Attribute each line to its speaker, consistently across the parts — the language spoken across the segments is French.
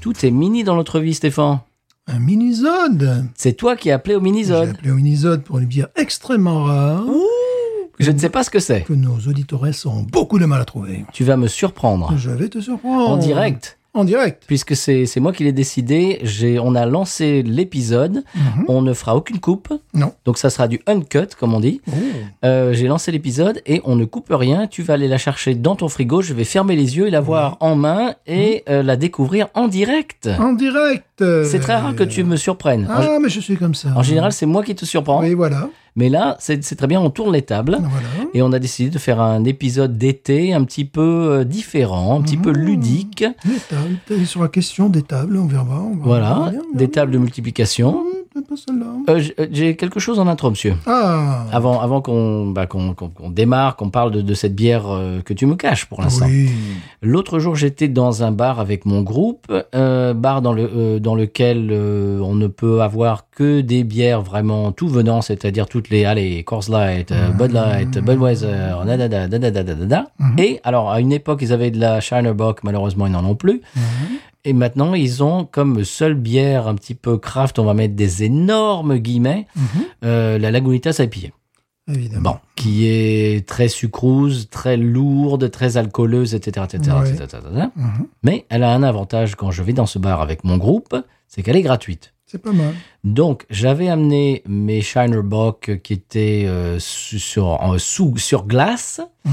Speaker 1: Tout est mini dans notre vie, Stéphane.
Speaker 2: Un minisode
Speaker 1: C'est toi qui as appelé au
Speaker 2: J'ai
Speaker 1: minisode.
Speaker 2: appelé au minisode pour une bière extrêmement rare
Speaker 1: Je ne sais pas ce que c'est.
Speaker 2: que nos auditeurs ont beaucoup de mal à trouver.
Speaker 1: Tu vas me surprendre.
Speaker 2: Je vais te surprendre.
Speaker 1: En direct.
Speaker 2: En direct.
Speaker 1: Puisque c'est c'est moi qui l'ai décidé, J'ai- on a lancé l'épisode.
Speaker 2: Mhm.
Speaker 1: On ne fera aucune coupe.
Speaker 2: Non.
Speaker 1: Donc ça sera du uncut, comme on dit. Euh, J'ai lancé l'épisode et on ne coupe rien. Tu vas aller la chercher dans ton frigo. Je vais fermer les yeux et la voir en main et euh, la découvrir en direct.
Speaker 2: En direct. Mhm. euh,
Speaker 1: C'est très rare que tu me surprennes. En gé-
Speaker 2: Ah, mais je suis comme ça.
Speaker 1: En, général, c'est moi qui te surprends.
Speaker 2: Oui, voilà.
Speaker 1: Mais là, c'est c'est très bien. On tourne les tables.
Speaker 2: Voilà.
Speaker 1: Et on a décidé de faire un épisode d'été un petit peu euh, différent, un petit peu
Speaker 2: Mmh.
Speaker 1: ludique.
Speaker 2: Les tables. T'es sur la question des tables, on verra. on verra
Speaker 1: Voilà,
Speaker 2: bien, on verra
Speaker 1: des
Speaker 2: bien.
Speaker 1: tables de multiplication.
Speaker 2: Ouais, peut-être pas celle-là.
Speaker 1: Euh, j- euh, J'ai quelque chose en intro, monsieur.
Speaker 2: Ah.
Speaker 1: Avant, avant qu'on bah, qu'on- qu'on- qu'on démarre, qu'on parle de, de cette bière euh, que tu me caches pour l'instant.
Speaker 2: oui.
Speaker 1: L'autre jour, j'étais dans un bar avec mon groupe, euh, bar dans, le, euh, dans lequel euh, on ne peut avoir que des bières vraiment tout venant, c'est-à-dire toutes les, allez, Coors Light, euh, Bud Light, Budweiser, dadada, dadada, dadada. Et alors, à une époque, ils avaient de la Shiner Bock, malheureusement, ils n'en ont plus. Et maintenant, ils ont comme seule bière un petit peu craft, on va mettre des énormes guillemets, euh, la Lagunitas IPA.
Speaker 2: mhm, Évidemment.
Speaker 1: Bon, qui est très sucrose, très lourde, très alcooleuse, etc. etc.,
Speaker 2: Ouais.
Speaker 1: etc., etc.
Speaker 2: Mhm.
Speaker 1: Mais elle a un avantage quand je vais dans ce bar avec mon groupe, c'est qu'elle est gratuite.
Speaker 2: C'est pas mal.
Speaker 1: Donc, j'avais amené mes Shiner Bock qui étaient euh, su- sur, en- sous, sur glace
Speaker 2: Mhm.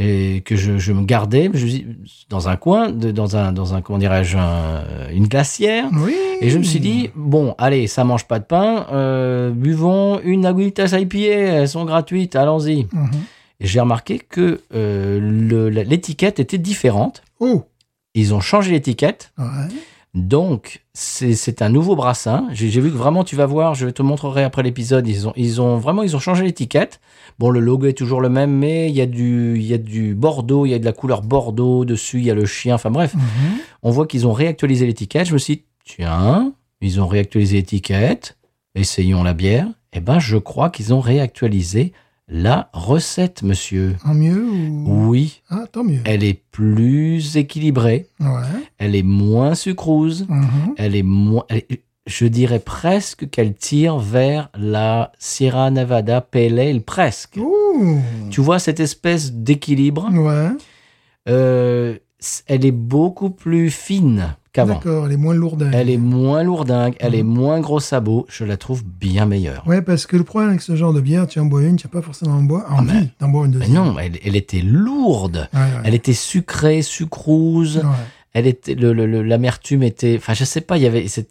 Speaker 1: et que je, je me gardais je me suis dit, dans un coin, de- dans un, dans un comment dirais-je, un- euh, une glacière.
Speaker 2: Oui.
Speaker 1: Et je me suis dit, bon, allez, ça mange pas de pain, euh, buvons une Aguilitas IPA, elles sont gratuites, allons-y.
Speaker 2: Mhm.
Speaker 1: Et j'ai remarqué que euh, le- la- l'étiquette était différente.
Speaker 2: Oh.
Speaker 1: Ils ont changé l'étiquette.
Speaker 2: Ouais.
Speaker 1: Donc, c'est c'est un nouveau brassin. J'ai j'ai vu que vraiment, tu vas voir, je te montrerai après l'épisode. Ils ont, ils ont vraiment, ils ont changé l'étiquette. Bon, le logo est toujours le même, mais il y, a du- il y a du bordeaux, il y a de la couleur bordeaux dessus, il y a le chien. Enfin bref,
Speaker 2: Mhm.
Speaker 1: on voit qu'ils ont réactualisé l'étiquette. Je me suis dit, tiens, ils ont réactualisé l'étiquette. Essayons la bière. Eh ben, je crois qu'ils ont réactualisé la recette, monsieur.
Speaker 2: En mieux ou...
Speaker 1: Oui,
Speaker 2: Ah, tant mieux.
Speaker 1: elle est plus équilibrée,
Speaker 2: Ouais.
Speaker 1: elle est moins sucrose,
Speaker 2: Mhm.
Speaker 1: elle est moins. elle est- je dirais presque qu'elle tire vers la Sierra Nevada Pale Ale, presque.
Speaker 2: Ouh.
Speaker 1: Tu vois cette espèce d'équilibre
Speaker 2: Ouais.
Speaker 1: euh, c- Elle est beaucoup plus fine qu'avant.
Speaker 2: D'accord, elle est moins lourde.
Speaker 1: Elle est moins lourdingue, elle est
Speaker 2: Mhm.
Speaker 1: moins gros sabot. Je la trouve bien meilleure.
Speaker 2: Ouais, parce que le problème avec ce genre de bière, tu en bois une, tu n'as pas forcément en bois- envie
Speaker 1: ben,
Speaker 2: d'en boire une
Speaker 1: Mais
Speaker 2: deuxième.
Speaker 1: non, elle, elle était lourde.
Speaker 2: Ouais, ouais.
Speaker 1: Elle était sucrée, sucrose.
Speaker 2: Ouais.
Speaker 1: elle était le- le- le- l'amertume était enfin je sais pas il y avait cette-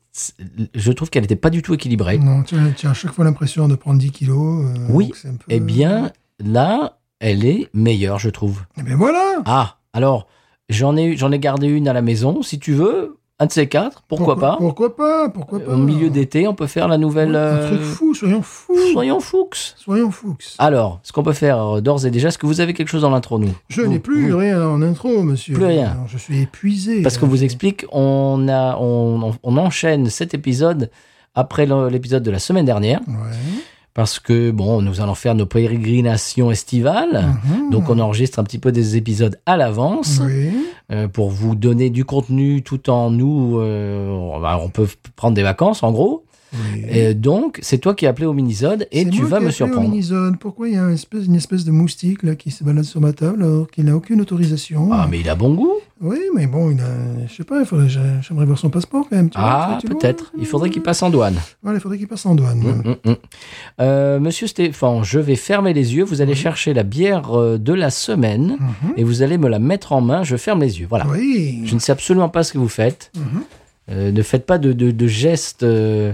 Speaker 1: je trouve qu'elle n'était pas du tout équilibrée
Speaker 2: Non, tu, as- tu as à chaque fois l'impression de prendre 10 kilos. euh,
Speaker 1: Oui.
Speaker 2: donc c'est un peu-
Speaker 1: eh bien là elle est meilleure je trouve
Speaker 2: Eh ben voilà
Speaker 1: ah alors j'en ai j'en ai gardé une à la maison si tu veux un de ces quatre pourquoi, pas
Speaker 2: Pourquoi pas Pourquoi pas
Speaker 1: au milieu d'été on peut faire la nouvelle
Speaker 2: Un truc
Speaker 1: euh,
Speaker 2: fou, soyons fous
Speaker 1: soyons Ah, fouks
Speaker 2: Soyons fous
Speaker 1: alors ce qu'on peut faire euh, d'ores et déjà est-ce que vous avez quelque chose dans l'intro nous
Speaker 2: Je
Speaker 1: Vous-
Speaker 2: n'ai plus
Speaker 1: vous-
Speaker 2: rien en intro, monsieur.
Speaker 1: Plus rien.
Speaker 2: Alors, je suis épuisé.
Speaker 1: parce
Speaker 2: là.
Speaker 1: qu'on vous explique on a on, on enchaîne cet épisode après le- l'épisode de la semaine dernière
Speaker 2: Ouais.
Speaker 1: parce que bon, nous allons faire nos pérégrinations estivales.
Speaker 2: Mhm.
Speaker 1: Ah, Donc on enregistre un petit peu des épisodes à l'avance
Speaker 2: Oui.
Speaker 1: euh, pour vous donner du contenu tout en nous. euh, on- bah, on peut prendre des vacances en gros.
Speaker 2: oui.
Speaker 1: Et donc c'est toi qui as appelé au minisode et
Speaker 2: C'est
Speaker 1: tu
Speaker 2: moi
Speaker 1: vas
Speaker 2: qui ai
Speaker 1: me
Speaker 2: appelé au
Speaker 1: surprendre.
Speaker 2: Minizone. Pourquoi il y a une espèce, une espèce de moustique là, qui se balade sur ma table alors qu'il n'a aucune autorisation
Speaker 1: Ah mais il a bon goût.
Speaker 2: Oui, mais bon, il a, je sais pas, il faudrait- j'ai- j'aimerais voir son passeport quand même. tu vois,
Speaker 1: ah
Speaker 2: tu- tu vois,
Speaker 1: peut-être.
Speaker 2: tu
Speaker 1: Il faudrait
Speaker 2: vois.
Speaker 1: qu'il passe en douane.
Speaker 2: Voilà, il faudrait qu'il passe en douane.
Speaker 1: Mm, mm, mm. Euh, Monsieur Stéphane, je vais fermer les yeux. Vous allez chercher la bière euh, de la semaine
Speaker 2: Mhm.
Speaker 1: et vous allez me la mettre en main. Je ferme les yeux. Voilà.
Speaker 2: Oui.
Speaker 1: Je ne sais absolument pas ce que vous faites.
Speaker 2: Mhm.
Speaker 1: Euh, ne faites pas de, de- de gestes, euh,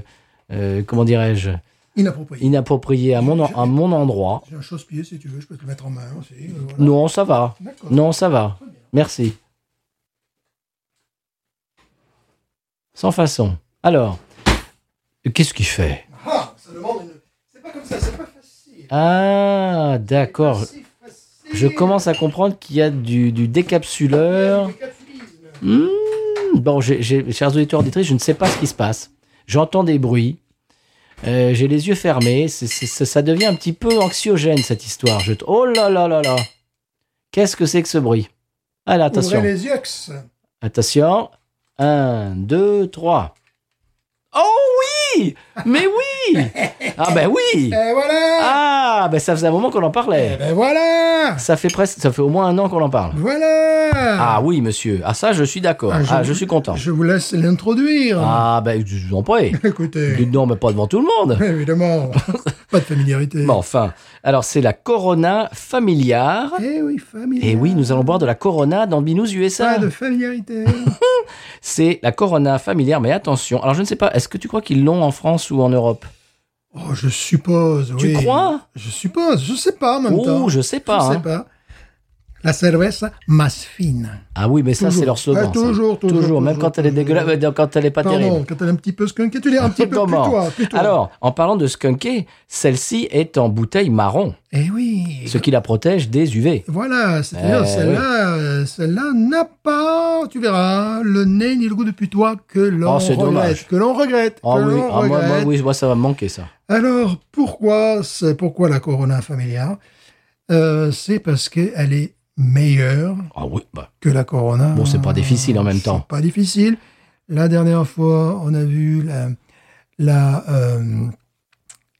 Speaker 1: euh, comment dirais-je,
Speaker 2: Inapproprié.
Speaker 1: inappropriés à mon, en- à mon endroit.
Speaker 2: J'ai un chausse-pied si tu veux, je peux te le mettre en main aussi. euh, voilà.
Speaker 1: Non, ça va.
Speaker 2: D'accord.
Speaker 1: Non, ça va. Merci. Sans façon. Alors, qu'est-ce qu'il fait
Speaker 2: Ah, ça demande une. C'est pas comme ça, c'est pas facile.
Speaker 1: Ah, d'accord.
Speaker 2: C'est pas si facile.
Speaker 1: Je commence à comprendre qu'il y a du, du décapsuleur.
Speaker 2: Le capsulisme.
Speaker 1: Hmm. Bon, j'ai- j'ai- chers auditeurs auditrices, je ne sais pas ce qui se passe. J'entends des bruits. Euh, j'ai les yeux fermés. C'est- c'est- ça- ça devient un petit peu anxiogène, cette histoire. Je t- oh là là là là Qu'est-ce que c'est que ce bruit Ah là, attention.
Speaker 2: Ouvrez les yeux.
Speaker 1: Attention. Un, deux, trois. Oh oui Mais oui Ah ben oui
Speaker 2: Et voilà
Speaker 1: Ah ben ça faisait un moment qu'on en parlait.
Speaker 2: Et ben voilà
Speaker 1: Ça fait presque, ça fait au moins un an qu'on en parle.
Speaker 2: Voilà
Speaker 1: Ah oui monsieur, ah ça je suis d'accord.
Speaker 2: Ah, je-
Speaker 1: Ah je suis content.
Speaker 2: Je vous laisse l'introduire.
Speaker 1: Ah ben je vous en prie.
Speaker 2: Écoutez,
Speaker 1: Dites non mais pas devant tout le monde.
Speaker 2: évidemment, pas de familiarité.
Speaker 1: Mais enfin, alors c'est la Corona familiar.
Speaker 2: Eh oui, familiar.
Speaker 1: Et oui, nous allons boire de la Corona dans Binous USA.
Speaker 2: Pas de familiarité.
Speaker 1: C'est la Corona familière, mais attention. Alors je ne sais pas, est-ce que tu crois qu'ils l'ont en France ou en Europe
Speaker 2: oh, je suppose,
Speaker 1: Tu
Speaker 2: oui.
Speaker 1: crois
Speaker 2: Je suppose, je sais pas en même temps.
Speaker 1: Oh, je sais pas.
Speaker 2: Je
Speaker 1: hein.
Speaker 2: sais pas. La cerveza más fine.
Speaker 1: Ah oui, mais ça
Speaker 2: Toujours.
Speaker 1: c'est leur slogan.
Speaker 2: Ah,
Speaker 1: ça.
Speaker 2: toujours, toujours,
Speaker 1: même
Speaker 2: toujours,
Speaker 1: quand elle est
Speaker 2: toujours.
Speaker 1: dégueulasse, mais quand elle est pas terrible.
Speaker 2: Pardon, quand elle est un petit peu skunkée, tu l'es un petit peu plus
Speaker 1: Comment
Speaker 2: toi, plus toi.
Speaker 1: Alors, en parlant de skunkée, celle-ci est en bouteille marron,
Speaker 2: Eh oui.
Speaker 1: ce qui la protège des UV.
Speaker 2: Voilà, c'est-à-dire
Speaker 1: Euh,
Speaker 2: celle-là, euh, celle-là n'a pas, tu verras, le nez ni le goût de putois que l'on
Speaker 1: Oh, c'est dommage.
Speaker 2: regrette, que l'on regrette,
Speaker 1: Ah
Speaker 2: que
Speaker 1: oui,
Speaker 2: l'on
Speaker 1: ah, moi, moi,
Speaker 2: regrette.
Speaker 1: oui, moi, ça va me manquer ça.
Speaker 2: Alors pourquoi, c'est pourquoi la Corona familiale Euh, C'est parce qu'elle est meilleure
Speaker 1: Ah oui, bah,
Speaker 2: que la Corona.
Speaker 1: Bon, c'est pas difficile en même temps.
Speaker 2: C'est pas difficile. La dernière fois, on a vu la, la euh,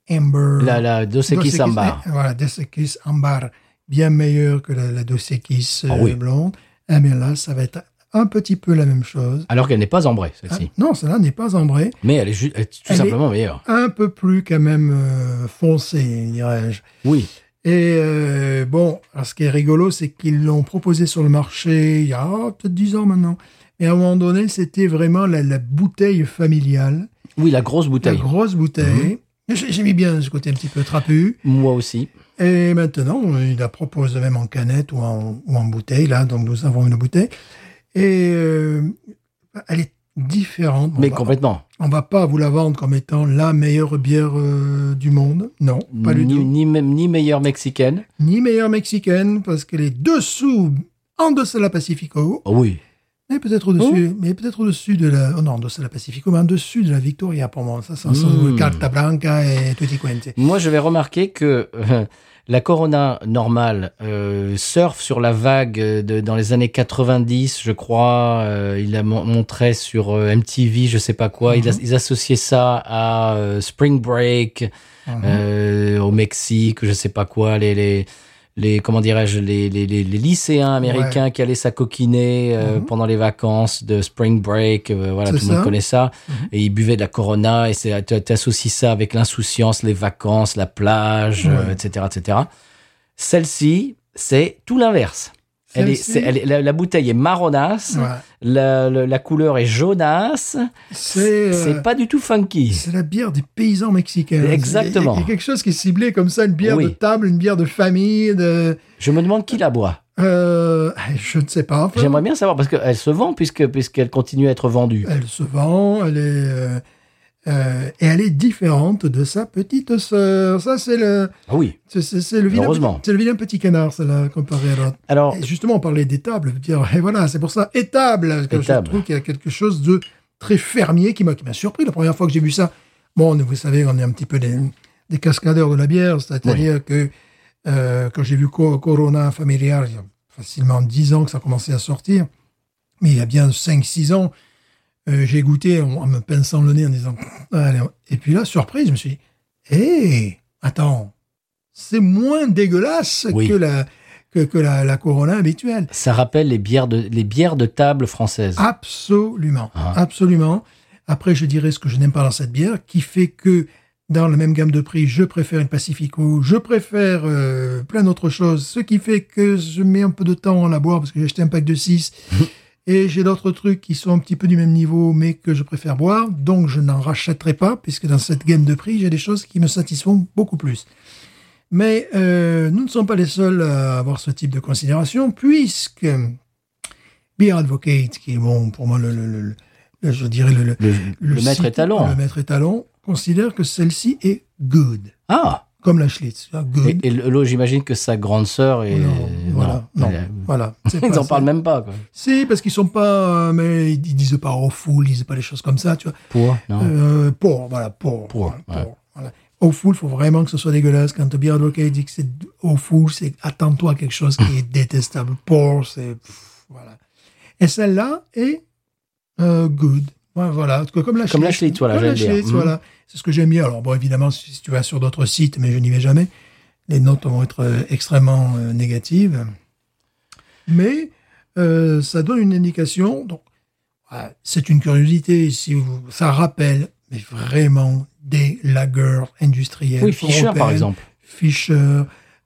Speaker 2: Amber.
Speaker 1: la, la Dos Equis
Speaker 2: Dos Equis-
Speaker 1: Ambar.
Speaker 2: eh, Voilà, Dos Equis Ambar, bien meilleure que la, la Dos Equis euh,
Speaker 1: Ah oui.
Speaker 2: blonde. Eh bien là, ça va être un petit peu la même chose.
Speaker 1: Alors qu'elle n'est pas ambrée, celle-ci.
Speaker 2: Ah, non, celle-là n'est pas ambrée.
Speaker 1: Mais elle est, ju- elle est tout
Speaker 2: Elle est-
Speaker 1: simplement meilleure.
Speaker 2: Un peu plus quand même euh, foncée, dirais-je.
Speaker 1: Oui.
Speaker 2: Et euh, bon, alors ce qui est rigolo, c'est qu'ils l'ont proposé sur le marché il y a oh, peut-être 10 ans maintenant. Mais à un moment donné, c'était vraiment la, la bouteille familiale,
Speaker 1: Oui, la grosse
Speaker 2: la
Speaker 1: bouteille. Mhm.
Speaker 2: grosse bouteille. J'ai j'ai mis bien ce côté un petit peu trapu.
Speaker 1: Moi aussi.
Speaker 2: Ah Et maintenant, il la propose même en canette ou en, ou en bouteille, là. Donc, nous avons une bouteille. Et euh, elle est différente.
Speaker 1: Mais
Speaker 2: on, va,
Speaker 1: complètement.
Speaker 2: on va pas vous la vendre comme étant la meilleure bière euh, du monde. Non, pas du
Speaker 1: ni,
Speaker 2: tout.
Speaker 1: ni, même- ni meilleure mexicaine.
Speaker 2: Ni meilleure mexicaine, parce qu'elle est dessous, en dessous de la Pacifico.
Speaker 1: Ah oui.
Speaker 2: Mais peut-être au-dessus,
Speaker 1: Oh.
Speaker 2: mais peut-être au-dessus de la, oh non, en dessous de la Pacifico, mais en dessus de la Victoria pour moi. Ça, ça, ça,
Speaker 1: Mm.
Speaker 2: Carta Blanca et Tutti Quanti.
Speaker 1: Moi, je vais remarquer que euh, la Corona normale euh, surfe sur la vague euh, de, dans les années 90, je crois. euh, il la mon- montrait sur euh, MTV, je sais pas quoi. Ils as- ils associaient ça à euh, Spring Break euh, au Mexique, je sais pas quoi. Les, les, les comment dirais-je, les, les, les, les lycéens américains qui allaient s'acoquiner euh,
Speaker 2: Mhm.
Speaker 1: pendant les vacances de Spring Break. euh, voilà,
Speaker 2: C'est
Speaker 1: tout le monde
Speaker 2: ça. Mhm.
Speaker 1: connaît ça et ils buvaient de la Corona et c'est tu tu associes ça avec l'insouciance, les vacances, la plage, euh,
Speaker 2: Ouais.
Speaker 1: etc., etc. Celle-ci, c'est tout l'inverse. Elle est,
Speaker 2: Celle-ci-
Speaker 1: c'est- elle est- la, la bouteille est marronasse,
Speaker 2: Ouais.
Speaker 1: la, la- la couleur est jaunasse.
Speaker 2: C'est, euh,
Speaker 1: C'est pas du tout funky.
Speaker 2: C'est la bière des paysans mexicains.
Speaker 1: Exactement.
Speaker 2: Il y, a, il y a quelque chose qui est ciblé comme ça, une bière
Speaker 1: Oui.
Speaker 2: de table, une bière de famille, de...
Speaker 1: Je me demande qui la boit.
Speaker 2: euh, je ne sais pas. enfin,
Speaker 1: J'aimerais bien savoir parce qu'elle se vend puisque puisqu'elle continue à être vendue.
Speaker 2: Elle se vend, elle est... euh, euh, et elle est différente de sa petite sœur. Ça, c'est le,
Speaker 1: Ah oui.
Speaker 2: c'est, c'est- c'est le vilain,
Speaker 1: Heureusement.
Speaker 2: petit- c'est le vilain petit canard, celle-là, comparé à l'autre.
Speaker 1: Alors
Speaker 2: Et justement, on parlait des tables. je veux dire, et voilà, c'est pour ça, étable. que Je
Speaker 1: Étable.
Speaker 2: trouve qu'il y a quelque chose de très fermier qui m'a, qui m'a surpris la première fois que j'ai vu ça. Bon, vous savez, on est un petit peu des, des cascadeurs de la bière, c'est-à-dire que euh, quand j'ai vu Co- Corona Familiar, il y a facilement 10 ans que ça commençait à sortir, mais il y a bien 5-6 ans, euh, j'ai goûté en, en me pinçant le nez en disant. Allez, on- et puis là, surprise, je me suis dit Hé, attends, c'est moins dégueulasse
Speaker 1: Oui.
Speaker 2: que la que, que la, la Corona habituelle.
Speaker 1: ça rappelle les bières de les bières de table françaises.
Speaker 2: Ah, Absolument,
Speaker 1: Ah.
Speaker 2: absolument. Après, je dirais ce que je n'aime pas dans cette bière, qui fait que dans la même gamme de prix, je préfère une Pacifico, je préfère euh, plein d'autres choses, ce qui fait que je mets un peu de temps à la boire parce que j'ai acheté un pack de 6 et j'ai d'autres trucs qui sont un petit peu du même niveau mais que je préfère boire, donc je n'en rachèterai pas puisque dans cette gamme de prix, j'ai des choses qui me satisfont beaucoup plus. Mais euh, nous ne sommes pas les seuls à avoir ce type de considération puisque Beer Advocate, qui est bon pour moi le, le- le- le- le- je dirais le, le-
Speaker 1: Le, le
Speaker 2: le
Speaker 1: maître
Speaker 2: site-
Speaker 1: étalon.
Speaker 2: Le maître étalon considère que celle-ci est good,
Speaker 1: Ah.
Speaker 2: comme la Schlitz. hein,
Speaker 1: Et,
Speaker 2: Good.
Speaker 1: et l'eau, j'imagine que sa grande sœur est.
Speaker 2: Oh non, voilà, non,
Speaker 1: Elle-
Speaker 2: voilà. c'est
Speaker 1: Euh, Ils
Speaker 2: pas
Speaker 1: en
Speaker 2: ça.
Speaker 1: parlent même pas, quoi.
Speaker 2: Si, parce qu'ils sont pas, euh, mais ils ils disent pas awful, ils disent pas des choses comme ça, tu vois.
Speaker 1: Pour, non.
Speaker 2: Euh, pour, voilà, pour.
Speaker 1: Pour,
Speaker 2: voilà,
Speaker 1: ouais.
Speaker 2: pour, voilà. Awful, faut vraiment que ce soit dégueulasse. Quand le Beer Advocate dit que c'est awful, c'est attends-toi à quelque chose qui est détestable. Pour, c'est, pff, voilà. Et celle-là est euh, good. Ouais, voilà, comme la
Speaker 1: Comme la Schlitz, voilà, Hmm.
Speaker 2: Comme la
Speaker 1: j'allais dire.
Speaker 2: Schlitz, voilà. C'est ce que j'aime bien. Alors, bon, évidemment, si si tu vas sur d'autres sites, mais je n'y vais jamais, les notes vont être euh, extrêmement euh, négatives. Mais euh, ça donne une indication. Donc, ouais, c'est une curiosité. Si vous, ça rappelle, mais vraiment, des lagers industriels.
Speaker 1: Oui, Fischer, par
Speaker 2: européennes.
Speaker 1: exemple.
Speaker 2: Fischer,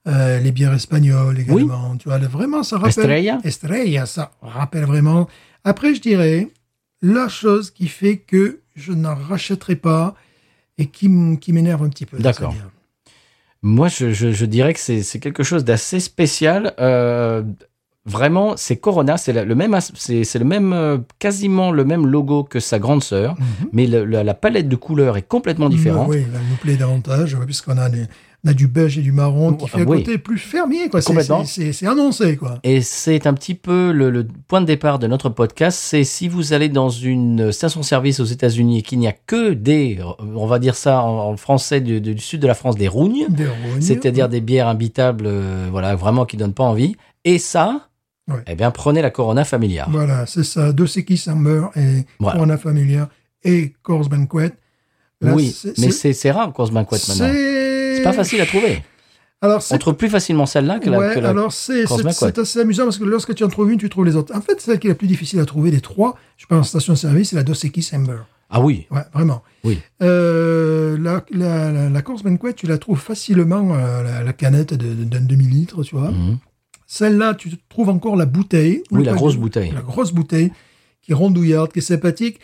Speaker 2: euh, les bières espagnoles également. Tu vois, le- vraiment, ça rappelle.
Speaker 1: Estrella
Speaker 2: Estrella, ça rappelle vraiment. Après, je dirais, la chose qui fait que je n'en rachèterai pas et qui, m- qui m'énerve un petit peu.
Speaker 1: D'accord.
Speaker 2: c'est bien.
Speaker 1: Moi, je, je- je dirais que c'est c'est quelque chose d'assez spécial. euh, vraiment, c'est Corona, c'est la- le même, as- c'est c'est le même, euh, quasiment le même logo que sa grande sœur,
Speaker 2: Mhm.
Speaker 1: mais le- la, la palette de couleurs est
Speaker 2: Bah
Speaker 1: complètement différente.
Speaker 2: Oui, elle nous plaît davantage, oui, puisqu'on a, des- on a du beige et du marron qui
Speaker 1: Enfin,
Speaker 2: fait un
Speaker 1: Ah, oui.
Speaker 2: côté plus fermier. Quoi. C'est-
Speaker 1: Complètement.
Speaker 2: C'est c'est- c'est annoncé, quoi.
Speaker 1: Et c'est un petit peu le, le point de départ de notre podcast. C'est si vous allez dans une station-service aux États-Unis et qu'il n'y a que des, on va dire ça en, en français du, du- du sud de la France, des rougnes,
Speaker 2: Des rognes.
Speaker 1: c'est-à-dire des bières imbitables, euh, voilà, vraiment qui donnent pas envie. Et ça,
Speaker 2: Ouais.
Speaker 1: eh bien, prenez la Corona Familiar.
Speaker 2: Voilà, c'est ça. De Seki Samber et
Speaker 1: Voilà.
Speaker 2: Corona Familia et Coors Banquet. Là,
Speaker 1: oui,
Speaker 2: c'est-
Speaker 1: mais c'est
Speaker 2: c'est
Speaker 1: c'est rare, Course Banquet, maintenant. C'est pas facile à trouver.
Speaker 2: Alors, c'est
Speaker 1: On trouve plus facilement celle-là que la.
Speaker 2: ouais,
Speaker 1: que la-
Speaker 2: alors c'est
Speaker 1: qu'on se met,
Speaker 2: c'est-
Speaker 1: quoi.
Speaker 2: c'est assez amusant parce que lorsque tu en trouves une, tu trouves les autres. En fait, celle qui est la plus difficile à trouver des trois, je parle en station-service, c'est la Dos Equis Amber.
Speaker 1: Ah oui,
Speaker 2: Ouais, vraiment.
Speaker 1: Oui.
Speaker 2: Euh, la, la, la, la course Banquet, tu la trouves facilement, euh, la, la canette de- de- d'un demi-litre, tu vois.
Speaker 1: Mhm.
Speaker 2: Celle-là, tu trouves encore la bouteille.
Speaker 1: oui,
Speaker 2: ou le
Speaker 1: la
Speaker 2: paquet-
Speaker 1: grosse bouteille.
Speaker 2: la grosse bouteille qui est rondouillarde, qui est sympathique.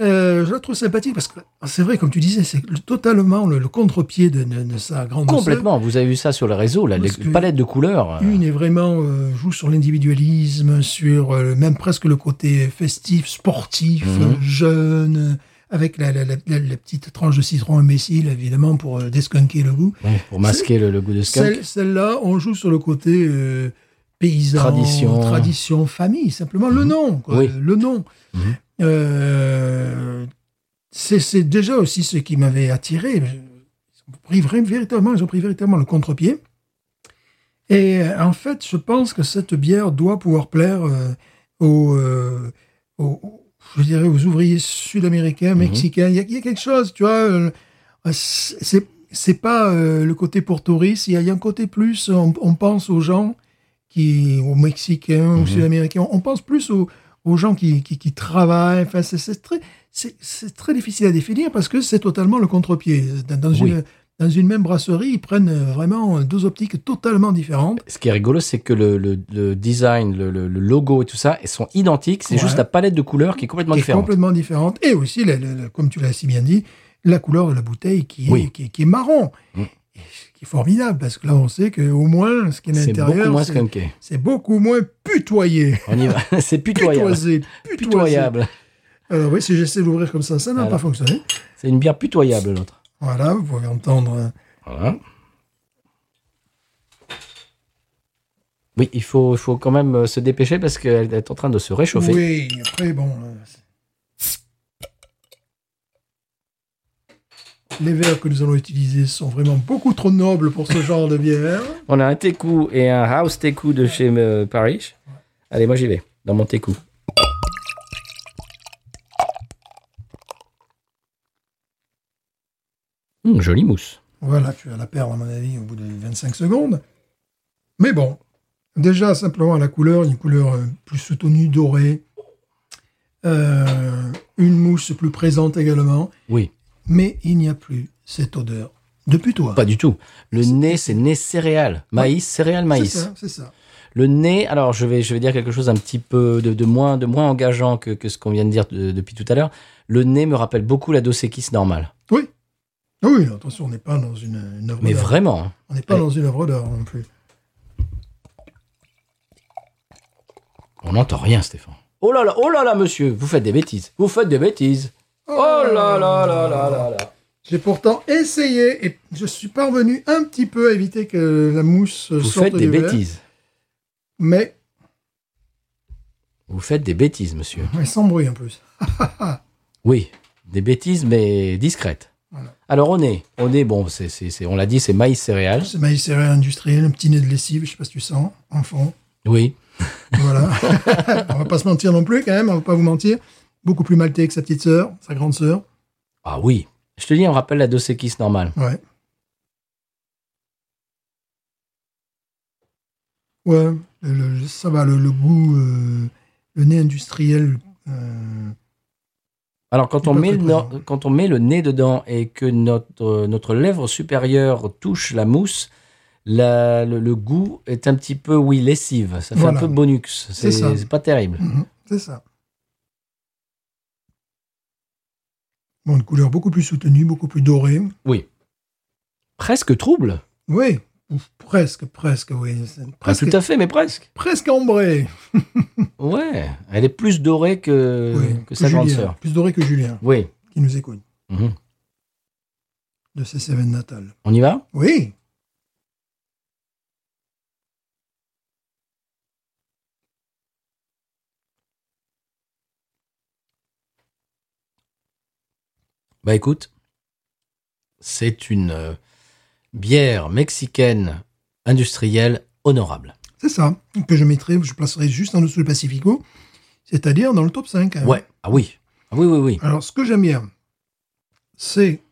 Speaker 2: Euh, je la trouve sympathique parce que c'est vrai, comme tu disais, c'est le- totalement le, le contre-pied de, de- de sa grande sœur.
Speaker 1: Complètement. Vous avez vu ça sur le réseau, là, les
Speaker 2: Parce que-
Speaker 1: palettes de couleurs. euh,
Speaker 2: Une est vraiment euh, joue sur l'individualisme, sur euh, même presque le côté festif, sportif,
Speaker 1: Mhm.
Speaker 2: euh, jeune, euh, avec la, la- la- la- la petite tranche de citron imbécile, évidemment, pour euh, deskunker le goût.
Speaker 1: ouais, pour masquer le, le goût de skunk.
Speaker 2: Celle- Celle-là, on joue sur le côté euh, paysan,
Speaker 1: Tradition.
Speaker 2: tradition, famille, simplement le
Speaker 1: Mhm.
Speaker 2: nom. quoi,
Speaker 1: Oui.
Speaker 2: le- Le nom.
Speaker 1: Mhm.
Speaker 2: Euh, c'est c'est déjà aussi ce qui m'avait attiré. Ils ont pris vra- véritablement, ils ont pris véritablement le contre-pied. Et euh, en fait, je pense que cette bière doit pouvoir plaire euh, aux, euh, aux- je dirais aux ouvriers sud-américains,
Speaker 1: Mhm.
Speaker 2: mexicains. Il y, a, il y a quelque chose, tu vois. euh, c'est c'est pas euh, le côté pour touristes. Il y a, il y a un côté plus. euh, On, on pense aux gens qui, aux Mexicains, aux
Speaker 1: Mhm.
Speaker 2: Sud-Américains. On pense plus aux, aux gens qui, qui, qui travaillent. Enfin, c'est- c'est très, c'est- c'est très difficile à définir parce que c'est totalement le contre-pied. Dans, dans
Speaker 1: Oui.
Speaker 2: une dans une même brasserie, ils prennent euh, vraiment deux optiques totalement différentes.
Speaker 1: Ce qui est rigolo, c'est que le, le- le design, le, le- le logo et tout ça, ils sont identiques. C'est
Speaker 2: Ouais.
Speaker 1: juste la palette de couleurs qui est complètement
Speaker 2: qui est
Speaker 1: différente.
Speaker 2: complètement différente. Et aussi, la- la- la- comme tu l'as si bien dit, la couleur de la bouteille qui est,
Speaker 1: Oui.
Speaker 2: qui, est- qui est marron.
Speaker 1: Mm.
Speaker 2: Et ce qui est formidable, parce que là, on sait qu'au moins, ce qui est à
Speaker 1: C'est beaucoup
Speaker 2: l'intérieur,
Speaker 1: moins
Speaker 2: c'est-
Speaker 1: skunké.
Speaker 2: c'est beaucoup moins putoyé.
Speaker 1: On y va. c'est putoyable.
Speaker 2: Putoisé, putoisé.
Speaker 1: Putoyable.
Speaker 2: Alors Euh, oui, si j'essaie de l'ouvrir comme ça, ça n'a
Speaker 1: Voilà.
Speaker 2: pas fonctionné.
Speaker 1: C'est une bière putoyable, l'autre.
Speaker 2: Voilà, vous pouvez entendre... euh,
Speaker 1: Voilà. Oui, il faut, il faut quand même euh, se dépêcher parce qu'elle est en train de se réchauffer.
Speaker 2: Oui, après, bon... euh, c'est- Les verres que nous allons utiliser sont vraiment beaucoup trop nobles pour ce genre de bière.
Speaker 1: On a un Teku et un House Teku de chez euh, Parrish. Allez, moi j'y vais, dans mon Teku. Hum, jolie mousse.
Speaker 2: Voilà, tu vas la perdre, à mon avis, au bout de 25 secondes. Mais bon, déjà, simplement à la couleur, une couleur euh, plus soutenue, dorée. Euh, une mousse plus présente également.
Speaker 1: Oui,
Speaker 2: Mais il n'y a plus cette odeur depuis toi.
Speaker 1: pas du tout. Le nez, c'est nez céréales. Maïs, céréales,
Speaker 2: C'est
Speaker 1: maïs.
Speaker 2: ça, c'est ça.
Speaker 1: Le nez, alors je vais, je vais dire quelque chose un petit peu de, de moins, de moins engageant que, que ce qu'on vient de dire de- depuis tout à l'heure. Le nez me rappelle beaucoup la Dos Equis normale.
Speaker 2: Oui. Ah Oui, attention, on n'est pas dans une, une œuvre
Speaker 1: Mais
Speaker 2: d'art.
Speaker 1: vraiment. hein.
Speaker 2: On n'est pas
Speaker 1: Ouais.
Speaker 2: dans une œuvre d'art non plus.
Speaker 1: On n'entend rien, Stéphane. Oh là là, oh là là, monsieur, vous faites des bêtises. Vous faites des bêtises. Oh là là là là là là.
Speaker 2: J'ai pourtant essayé et je suis parvenu un petit peu à éviter que la mousse
Speaker 1: Vous
Speaker 2: sorte
Speaker 1: faites des
Speaker 2: du verre,
Speaker 1: bêtises.
Speaker 2: Mais
Speaker 1: Vous faites des bêtises, monsieur.
Speaker 2: mais sans bruit en plus.
Speaker 1: Oui, des bêtises, mais discrètes.
Speaker 2: Voilà.
Speaker 1: Alors, on est, on est, bon, c'est, c'est, c'est- on l'a dit, c'est maïs céréales.
Speaker 2: C'est maïs céréales industriel, un petit nez de lessive, je sais pas si tu sens, en fond.
Speaker 1: Oui.
Speaker 2: Voilà. on va pas se mentir non plus quand même, on va pas vous mentir. beaucoup plus maltais que sa petite sœur, sa grande sœur.
Speaker 1: Ah oui. Je te dis, on rappelle la Dos Equis normale.
Speaker 2: Ouais. Ouais, le- le- ça va, le, le goût, euh, le nez industriel. euh,
Speaker 1: Alors quand
Speaker 2: Il
Speaker 1: on,
Speaker 2: peut
Speaker 1: met
Speaker 2: être
Speaker 1: le,
Speaker 2: présent.
Speaker 1: no- quand on met le nez dedans et que notre, euh, notre lèvre supérieure touche la mousse, la- le, le goût est un petit peu, oui, lessive. Ça fait
Speaker 2: Voilà.
Speaker 1: un peu bonux. C'est
Speaker 2: ça.
Speaker 1: c'est pas terrible.
Speaker 2: mhm, c'est ça. Bon, une couleur beaucoup plus soutenue, beaucoup plus dorée.
Speaker 1: Presque trouble. Ah,
Speaker 2: Oui, ou presque, presque, oui. c'est
Speaker 1: Pas
Speaker 2: Presque,
Speaker 1: tout à fait, mais presque.
Speaker 2: presque ambré.
Speaker 1: Ouais. Elle est plus dorée que,
Speaker 2: oui,
Speaker 1: Euh, que sa grande
Speaker 2: Julien,
Speaker 1: sœur.
Speaker 2: Plus doré que Julien,
Speaker 1: Oui.
Speaker 2: qui nous écoute,
Speaker 1: Mhm.
Speaker 2: de ses Cévennes natales.
Speaker 1: On y va
Speaker 2: Oui,
Speaker 1: Bah écoute, c'est une euh, bière mexicaine industrielle honorable.
Speaker 2: c'est ça, que je mettrai, je placerai juste en dessous du Pacifico, c'est-à-dire dans le top 5. hein.
Speaker 1: Ouais. Ah oui. Ah oui, oui, oui.
Speaker 2: Alors, ce que j'aime bien, c'est,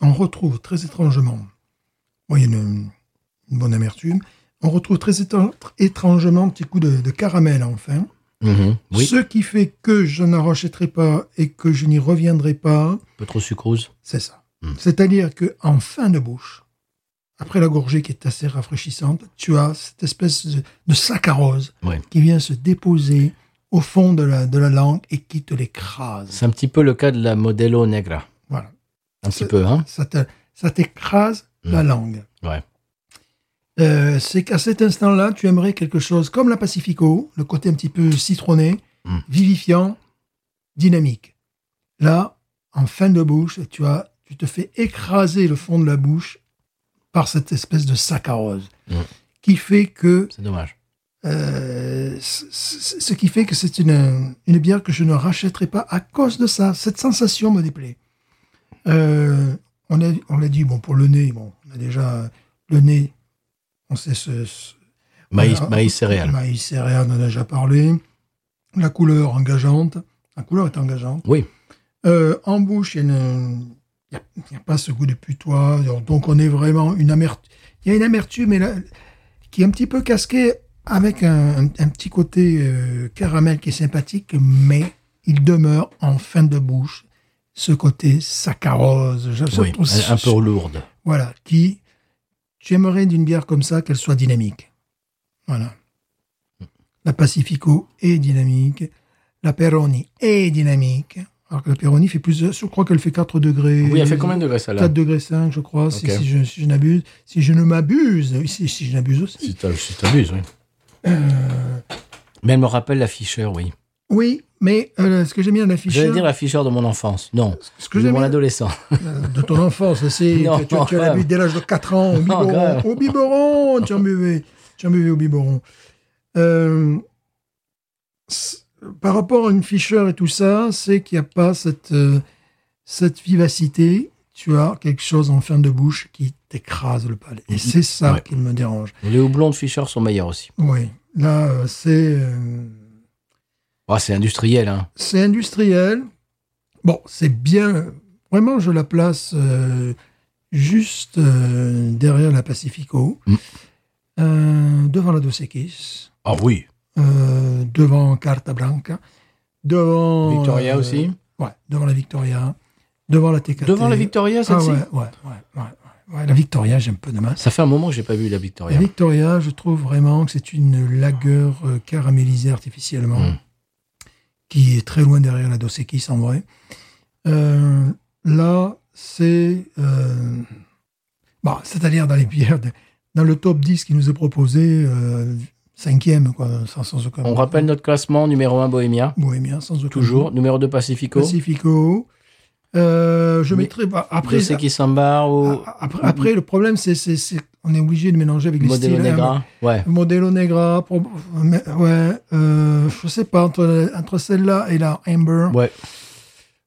Speaker 2: on retrouve très étrangement, bon, il y a une, une bonne amertume, on retrouve très étran- étrangement un petit coup de, de caramel enfin.
Speaker 1: Mhm. Oui.
Speaker 2: Ce qui fait que je n'en rachèterai pas et que je n'y reviendrai pas,
Speaker 1: Un peu trop sucrose.
Speaker 2: c'est ça.
Speaker 1: Mm.
Speaker 2: C'est-à-dire que en fin de bouche, après la gorgée qui est assez rafraîchissante, tu as cette espèce de, de saccharose
Speaker 1: Ouais.
Speaker 2: qui vient se déposer au fond de la, de la langue et qui te l'écrase.
Speaker 1: C'est un petit peu le cas de la Modelo Negra.
Speaker 2: Voilà.
Speaker 1: Un petit
Speaker 2: C'est-
Speaker 1: peu, hein
Speaker 2: Ça te- ça t'écrase
Speaker 1: Mm.
Speaker 2: la langue.
Speaker 1: Ouais.
Speaker 2: Euh, c'est qu'à cet instant-là, tu aimerais quelque chose comme la Pacifico, le côté un petit peu citronné,
Speaker 1: Mm.
Speaker 2: vivifiant, dynamique. Là, en fin de bouche, tu, as, tu te fais écraser le fond de la bouche par cette espèce de saccharose
Speaker 1: Mm.
Speaker 2: qui fait que
Speaker 1: C'est dommage.
Speaker 2: euh, c- c- ce qui fait que c'est une, une bière que je ne rachèterai pas à cause de ça. Cette sensation me déplaît. Euh, on a- on l'a dit, bon, pour le nez, bon, on a déjà euh, le nez, on sait ce. ce-
Speaker 1: Maïs,
Speaker 2: voilà,
Speaker 1: maïs céréales.
Speaker 2: Maïs céréales, on en a déjà parlé. La couleur engageante. La couleur est engageante.
Speaker 1: Oui.
Speaker 2: Euh, en bouche, il n'y a, il y a pas ce goût de putois. Donc, on est vraiment une amertume. Il y a une amertume mais là, qui est un petit peu casquée avec un, un- un petit côté euh, caramel qui est sympathique, mais il demeure en fin de bouche ce côté saccharose. Je- je
Speaker 1: Oui,
Speaker 2: trouve
Speaker 1: un, un peu lourde. Ah
Speaker 2: Voilà, qui. J'aimerais d'une bière comme ça qu'elle soit dynamique. Voilà. La Pacifico est dynamique. La Peroni est dynamique. Alors que la Peroni fait plus. Je crois qu'elle fait 4 degrés.
Speaker 1: Oui, elle fait combien de degrés celle-là
Speaker 2: 4 degrés 5, je crois, si,
Speaker 1: Ok.
Speaker 2: si je, si je n'abuse. Si je ne m'abuse, si, si je n'abuse aussi.
Speaker 1: Si t'as- si t'abuses, oui.
Speaker 2: Euh.
Speaker 1: Mais elle me rappelle la Fischer, oui.
Speaker 2: Oui, mais euh, ce que j'aime bien dans la Fischer,
Speaker 1: J'allais dire la Fischer de mon enfance. Non,
Speaker 2: ce que
Speaker 1: de
Speaker 2: j'aime
Speaker 1: mon
Speaker 2: bien
Speaker 1: adolescence.
Speaker 2: euh, de ton enfance, c'est
Speaker 1: Non,
Speaker 2: tu, tu, tu en as
Speaker 1: grave.
Speaker 2: bu dès l'âge de 4 ans au
Speaker 1: Non,
Speaker 2: biberon.
Speaker 1: grave.
Speaker 2: Au biberon, tu en buvais. Tu en buvais au biberon. Euh, c'est- par rapport à une Fischer et tout ça, c'est qu'il n'y a pas cette, euh, cette vivacité. Tu as quelque chose en fin de bouche qui t'écrase le palais. Et c'est ça
Speaker 1: Mm-hmm. Ouais.
Speaker 2: qui me dérange.
Speaker 1: Les houblons de Fischer sont meilleurs aussi.
Speaker 2: Oui, là, euh, c'est euh,
Speaker 1: Ah, c'est industriel, hein.
Speaker 2: c'est industriel. Bon, c'est bien. Vraiment, je la place euh, juste euh, derrière la Pacifico,
Speaker 1: Mm.
Speaker 2: euh, devant la Dos Equis,
Speaker 1: Ah oui.
Speaker 2: euh, devant Carta Blanca, devant.
Speaker 1: Victoria
Speaker 2: euh,
Speaker 1: aussi.
Speaker 2: Ouais, devant la Victoria, devant la TKT.
Speaker 1: Devant la Victoria,
Speaker 2: Ah
Speaker 1: celle-ci
Speaker 2: ouais, ouais, ouais, ouais, ouais, ouais, La Victoria, j'aime peu de masse.
Speaker 1: Ça fait un moment que j'ai pas vu la
Speaker 2: La
Speaker 1: Victoria.
Speaker 2: Victoria, je trouve vraiment que c'est une lagueur euh, caramélisée artificiellement,
Speaker 1: Mm.
Speaker 2: qui est très loin derrière la Dos Equis en vrai. Euh, là, c'est. euh, bah, C'est-à-dire dans les bières, de- dans le top 10 qui nous est proposé, euh, cinquième, quoi, sans, sans aucun.
Speaker 1: On rappelle notre classement numéro 1 Bohemia,
Speaker 2: Bohémien, sans aucun.
Speaker 1: toujours. Numéro 2 Pacifico.
Speaker 2: Mhm. Pacifico. Euh, je
Speaker 1: Mais
Speaker 2: mettrai. bah,
Speaker 1: Après,
Speaker 2: après, Ah,
Speaker 1: je sais qui s'embarre au
Speaker 2: a- après, après, le problème, c'est qu'on est obligé de mélanger avec les
Speaker 1: Modelo
Speaker 2: styles, hein,
Speaker 1: Negra. Ouais.
Speaker 2: Modelo Negra, pour- mais- ouais, euh, je sais pas, entre, entre celle-là et la Amber,
Speaker 1: Ouais.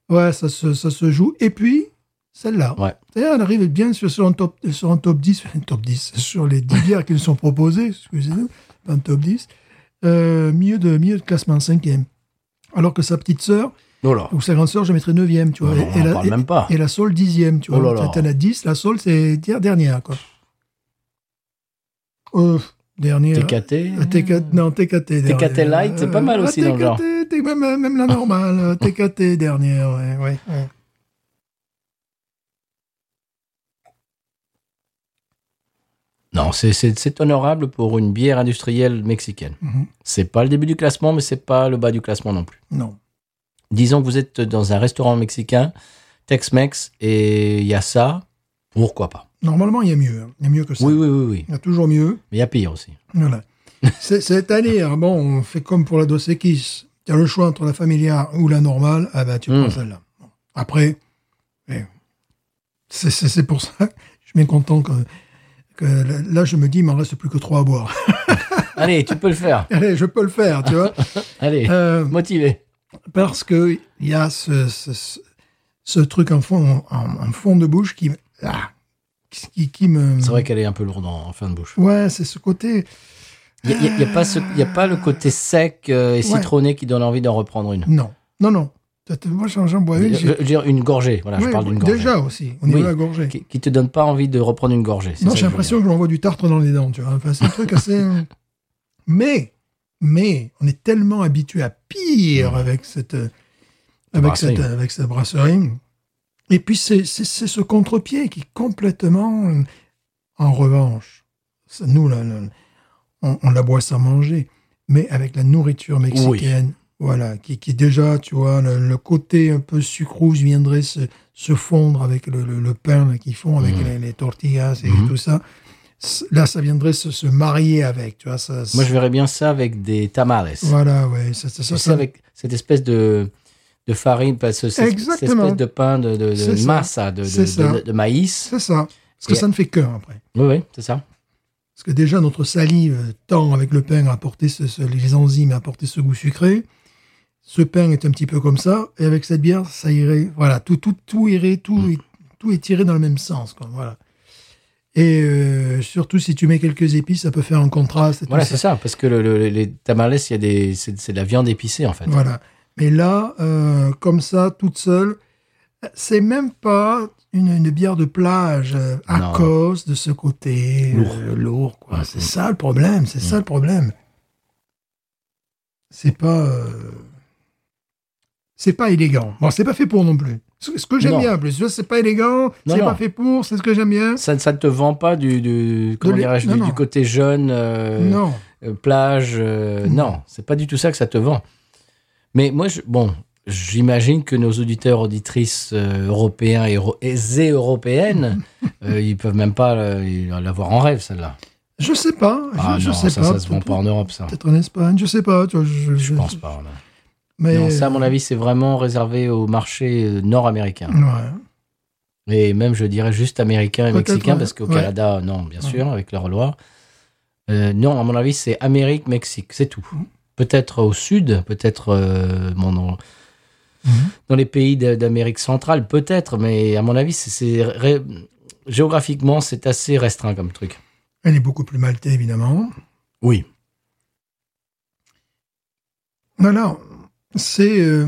Speaker 2: ouais, ça, se, ça se joue. Et puis, celle-là.
Speaker 1: Ouais.
Speaker 2: D'ailleurs, elle arrive bien sur, sur, un top, sur un top 10, un top 10, sur les 10 bières qui nous sont proposées, excusez-nous, pas un top 10, euh, milieu, de, milieu de classement, cinquième. Alors que sa petite sœur
Speaker 1: Oh là.
Speaker 2: ou sa grande sœur, je mettrais 9 tu vois.
Speaker 1: Oh, on en parle
Speaker 2: et,
Speaker 1: même pas.
Speaker 2: et la Soul 10 tu vois.
Speaker 1: Oh là là.
Speaker 2: T'as- T'en as 10, la Soul c'est di- dernière, quoi. Euh, dernière.
Speaker 1: TKT.
Speaker 2: Euh, TK non, TKT. dernière.
Speaker 1: TKT Light, c'est pas mal
Speaker 2: Euh,
Speaker 1: aussi
Speaker 2: ah,
Speaker 1: dans le genre.
Speaker 2: TKT, t'es- même, même la normale, euh, TKT dernière, ouais, ouais, ouais.
Speaker 1: Non, c'est- c'est c'est honorable pour une bière industrielle mexicaine.
Speaker 2: Mhm.
Speaker 1: C'est pas le début du classement, mais c'est pas le bas du classement non plus.
Speaker 2: Non.
Speaker 1: Disons que vous êtes dans un restaurant mexicain, Tex-Mex, et il y a ça, pourquoi pas
Speaker 2: Normalement, il y a mieux. hein. Il y a mieux que ça.
Speaker 1: Oui, oui, oui, oui.
Speaker 2: Il y a toujours mieux.
Speaker 1: Mais il y a pire aussi.
Speaker 2: Voilà. C'est- C'est-à-dire, bon, on fait comme pour la Dos Equis. Tu as le choix entre la familiale ou la normale, ah ben, tu prends
Speaker 1: Mm.
Speaker 2: celle-là. Bon. Après, eh, c'est- c'est c'est pour ça que je suis bien content que, que là- là, je me dis, il m'en reste plus que trois à boire.
Speaker 1: Allez, tu peux le faire.
Speaker 2: Allez, je peux le faire, tu vois.
Speaker 1: Allez,
Speaker 2: Euh,
Speaker 1: motivé.
Speaker 2: parce que il y a ce, ce- ce- ce truc en fond, en, en fond de bouche qui, me- ah, qui, qui- qui me.
Speaker 1: C'est vrai qu'elle est un peu lourde en en fin de bouche.
Speaker 2: Ouais, c'est ce côté.
Speaker 1: Il n'y a, y a pas ce- y a pas le côté sec euh, et citronné qui donne envie d'en reprendre une. Euh,
Speaker 2: Non, non, non. T'as- t'as- Moi, j'en j'en bois une.
Speaker 1: Je-
Speaker 2: j'ai-
Speaker 1: je veux dire, une gorgée. Voilà, je
Speaker 2: Ouais,
Speaker 1: parle d'une gorgée.
Speaker 2: déjà aussi, au niveau
Speaker 1: Oui.
Speaker 2: de la gorgée.
Speaker 1: Qui, qui te donne pas envie de reprendre une gorgée. c'est
Speaker 2: Non,
Speaker 1: ça
Speaker 2: j'ai
Speaker 1: que je veux
Speaker 2: l'impression que je m'envoie du tartre dans les dents, tu vois. Enfin, c'est un truc assez. Mais, mais, on est tellement habitué à pire avec cette, euh, avec
Speaker 1: Brasserie.
Speaker 2: cette, avec cette brasserie. Et puis, c'est c'est- c'est ce contre-pied qui est complètement. euh, En revanche, ça, nous, là, là, on, on la boit sans manger, mais avec la nourriture mexicaine, voilà, qui, qui déjà, tu vois, le, le côté un peu sucrose viendrait se, se fondre avec le, le- le pain là, qu'ils font, avec
Speaker 1: Mhm.
Speaker 2: les, les tortillas et
Speaker 1: Mhm.
Speaker 2: tout ça. S- Là, ça viendrait se, se marier avec, tu vois. Ça,
Speaker 1: Moi, je verrais bien ça avec des tamales.
Speaker 2: Voilà, ouais, ça, ça, ça,
Speaker 1: Tu sais, avec cette espèce de, de farine, parce que c'est- cette
Speaker 2: Exactement.
Speaker 1: espèce de pain de, de, de
Speaker 2: C'est ça.
Speaker 1: massa, de, de-
Speaker 2: C'est ça.
Speaker 1: de- de maïs.
Speaker 2: c'est ça. Parce que
Speaker 1: Et-
Speaker 2: ça ne fait qu'un après.
Speaker 1: Oui, oui, c'est ça.
Speaker 2: Parce que déjà, notre salive tend avec le pain à apporter ce, ce- les enzymes, à apporter ce goût sucré. Ce pain est un petit peu comme ça. Et avec cette bière, ça irait. Voilà, tout, tout, tout irait, tout,
Speaker 1: Mm.
Speaker 2: est- tout est tiré dans le même sens. quoi, voilà. Et euh, surtout, si tu mets quelques épices, ça peut faire un contraste. et tout
Speaker 1: Voilà,
Speaker 2: ça.
Speaker 1: c'est ça, parce que le- le- les tamales, il y a des, c'est, c'est de la viande épicée, en fait.
Speaker 2: Voilà. Mais là, euh, comme ça, toute seule, c'est même pas une, une bière de plage euh, à
Speaker 1: Non.
Speaker 2: cause de ce côté euh,
Speaker 1: Lourd.
Speaker 2: lourd, quoi.
Speaker 1: Mm.
Speaker 2: C'est ça le problème. C'est ça le problème. C'est pas. euh, C'est pas élégant. Bon, c'est pas fait pour non plus. Ce ce que j'aime
Speaker 1: Non.
Speaker 2: bien en plus, tu vois, c'est pas élégant,
Speaker 1: Non,
Speaker 2: c'est
Speaker 1: non.
Speaker 2: pas fait pour, c'est ce que j'aime bien.
Speaker 1: Ça, ça ne te vend pas du, du, comment
Speaker 2: l'é-
Speaker 1: dirais-je,
Speaker 2: non,
Speaker 1: du,
Speaker 2: non.
Speaker 1: du côté jeune, euh,
Speaker 2: non.
Speaker 1: euh, plage. euh, Non, c'est pas du tout ça que ça te vend. Mais moi, je, bon, j'imagine que nos auditeurs, auditrices euh, européens et, euro- et et européennes, euh, ils peuvent même pas euh, l'avoir en rêve, celle-là.
Speaker 2: Je sais pas. Je,
Speaker 1: Ah
Speaker 2: je
Speaker 1: non,
Speaker 2: sais
Speaker 1: ça,
Speaker 2: pas.
Speaker 1: ça se vend pas en Europe, ça.
Speaker 2: Peut-être en Espagne, je sais pas. Tu vois, je,
Speaker 1: Je pense pas. là.
Speaker 2: Mais
Speaker 1: Non, ça, à mon avis, c'est vraiment réservé au marché euh, nord-américain.
Speaker 2: ouais.
Speaker 1: Et même, je dirais, juste américain et
Speaker 2: Peut-être,
Speaker 1: mexicain,
Speaker 2: ouais.
Speaker 1: parce qu'au
Speaker 2: Ouais.
Speaker 1: Canada, non, bien
Speaker 2: Ouais.
Speaker 1: sûr, avec leur loi. Euh, non, à mon avis, c'est Amérique, Mexique, c'est tout.
Speaker 2: Mm.
Speaker 1: Peut-être au sud, peut-être euh, bon, dans,
Speaker 2: Mm.
Speaker 1: dans les pays de- d'Amérique centrale, peut-être, mais à mon avis, c'est- c'est ré- géographiquement, c'est assez restreint comme truc.
Speaker 2: Elle est beaucoup plus maltée, évidemment.
Speaker 1: Oui.
Speaker 2: Alors, c'est. euh,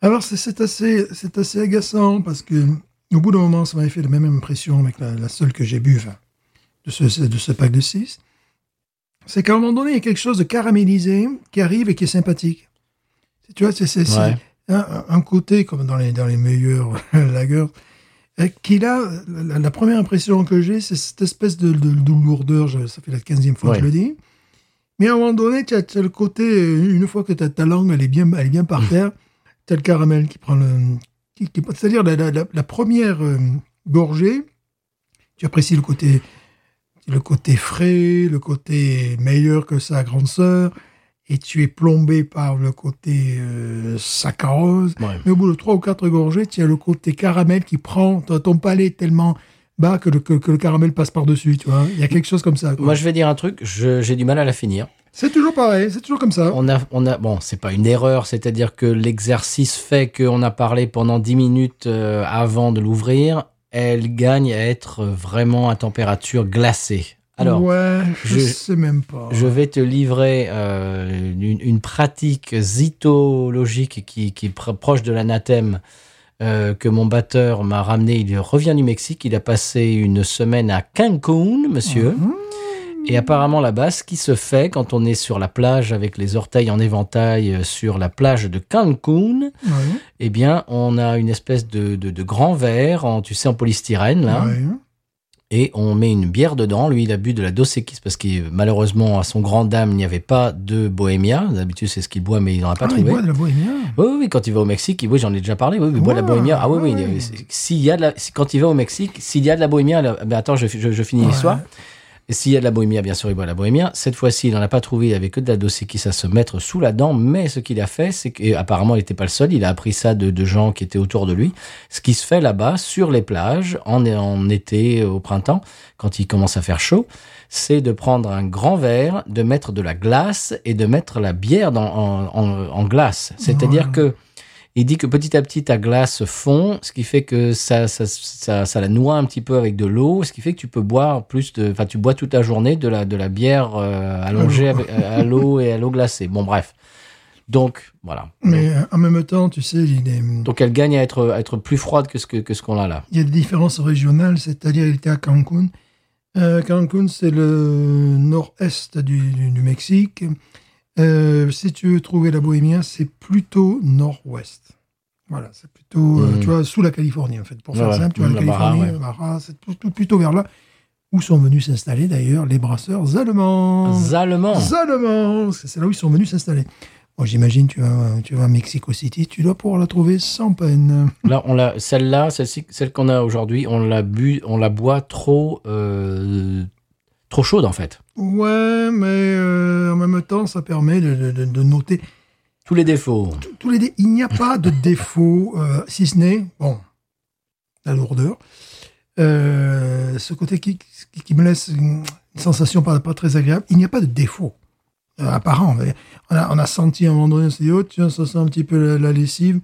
Speaker 2: Alors, c'est- c'est assez, c'est assez agaçant parce que, au bout d'un moment, ça m'avait fait la même impression avec la, la seule que j'ai bu, enfin, de ce, de ce pack de 6. C'est qu'à un moment donné, il y a quelque chose de caramélisé qui arrive et qui est sympathique. Tu vois, c'est c'est- c'est
Speaker 1: Ouais.
Speaker 2: un, un côté, comme dans les, dans les meilleurs lagers, euh, qui là, la, la première impression que j'ai, c'est cette espèce de, de- de lourdeur, je- ça fait la 15e fois que je
Speaker 1: Ouais.
Speaker 2: le dis. Mais à un moment donné, tu as, tu as le côté, euh, une fois que ta- ta langue, elle est bien, elle est bien par terre, tu as le caramel qui prend le. qui- qui- C'est-à-dire la, la- la- la première euh, gorgée, tu apprécies le côté, le côté frais, le côté meilleur que sa grande sœur, et tu es plombé par le côté euh, saccharose.
Speaker 1: Ouais.
Speaker 2: Mais au bout de trois ou quatre gorgées, tu as le côté caramel qui prend ton, ton palais tellement bas que le, que, que le caramel passe par-dessus, tu vois. Il y a quelque chose comme ça. quoi.
Speaker 1: Moi, je vais dire un truc, je- j'ai du mal à la finir.
Speaker 2: C'est toujours pareil, c'est toujours comme ça.
Speaker 1: On a, on a, bon, c'est pas une erreur, c'est-à-dire que l'exercice fait qu'on a parlé pendant 10 minutes euh, avant de l'ouvrir, elle gagne à être vraiment à température glacée. Alors,
Speaker 2: ouais, je,
Speaker 1: je-
Speaker 2: sais même pas.
Speaker 1: je vais te livrer euh, une, une pratique zytologique qui, qui est pr- proche de l'anathème euh, que mon batteur m'a ramené. Il revient du Mexique. Il a passé une semaine à Cancun, monsieur.
Speaker 2: Mhm.
Speaker 1: Et apparemment là-bas, ce qui se fait quand on est sur la plage avec les orteils en éventail euh, sur la plage de Cancun,
Speaker 2: Ouais,
Speaker 1: eh bien, on a une espèce de, de, de grand verre, en, tu sais, en polystyrène, là,
Speaker 2: ouais.
Speaker 1: et on met une bière dedans. Lui, il a bu de la Dos Equis parce que malheureusement, à son grand dame, il n'y avait pas de Bohemia. D'habitude, c'est ce qu'il boit, mais il n'en a pas
Speaker 2: Ah, il
Speaker 1: trouvé.
Speaker 2: boit de la bohémienne.
Speaker 1: Oui, oui, oui, quand il va au Mexique, il- oui, j'en ai déjà parlé, oui, oui, il boit de la
Speaker 2: Ouais,
Speaker 1: bohémia. Ah oui, oui,
Speaker 2: ouais.
Speaker 1: il y a- c'est- s'il y a de la- si- quand il va au Mexique, s'il y a de la bohémia, là- ben attends, je, je- je finis
Speaker 2: Ouais.
Speaker 1: l'histoire. Et S'il y a de la bohémia, bien sûr, il boit de la bohémia. Cette fois-ci, il n'en a pas trouvé, il n'y avait que de la Dos à se mettre sous la dent, mais ce qu'il a fait, c'est qu'apparemment, il n'était pas le seul, il a appris ça de, de gens qui étaient autour de lui. Ce qui se fait là-bas, sur les plages, en, en été, au printemps, quand il commence à faire chaud, c'est de prendre un grand verre, de mettre de la glace et de mettre la bière dans, en, en- en glace. C'est-à-dire
Speaker 2: Ouais.
Speaker 1: que il dit que petit à petit ta glace fond, ce qui fait que ça, ça, ça, ça la noie un petit peu avec de l'eau, ce qui fait que tu peux boire plus de, enfin tu bois toute la journée de la de la bière euh, allongée
Speaker 2: l'eau.
Speaker 1: avec- à l'eau et à l'eau glacée. Bon bref, donc voilà.
Speaker 2: Mais euh, en même temps, tu sais, il est-
Speaker 1: Donc elle gagne à être à être plus froide que ce que, que ce qu'on a là.
Speaker 2: il y a des différences régionales, c'est-à-dire il était à Cancun. Euh, Cancun, c'est le nord-est du, du- du Mexique. Euh, si tu veux trouver la Bohémia, c'est plutôt nord-ouest. Voilà, c'est plutôt, euh,
Speaker 1: Mhm.
Speaker 2: tu vois, sous la Californie, en fait. Pour faire
Speaker 1: Ouais,
Speaker 2: simple, tu vois,
Speaker 1: mhm,
Speaker 2: la
Speaker 1: la Barra,
Speaker 2: Californie,
Speaker 1: ouais.
Speaker 2: la Barra, c'est tout- tout plutôt vers là, où sont venus s'installer d'ailleurs les brasseurs allemands.
Speaker 1: Allemand.
Speaker 2: Allemands, c'est c'est là où ils sont venus s'installer. Moi, j'imagine, tu vas, tu vas à Mexico City, tu dois pouvoir la trouver sans peine.
Speaker 1: Là, on l'a, celle-là, celle-ci, celle qu'on a aujourd'hui, on la bu, on la boit trop, euh, trop chaude en fait.
Speaker 2: Ouais, mais euh, en même temps, ça permet de, de- de- de noter
Speaker 1: Tous les défauts.
Speaker 2: tous- tous les dé- Il n'y a pas de défaut, euh, si ce n'est, bon, la lourdeur. Euh, ce côté qui, qui- qui me laisse une une sensation pas, pas très agréable. Il n'y a pas de défaut euh, apparent. On a, on a senti à un moment donné, on s'est dit, oh, tiens, ça sent un petit peu la- la lessive.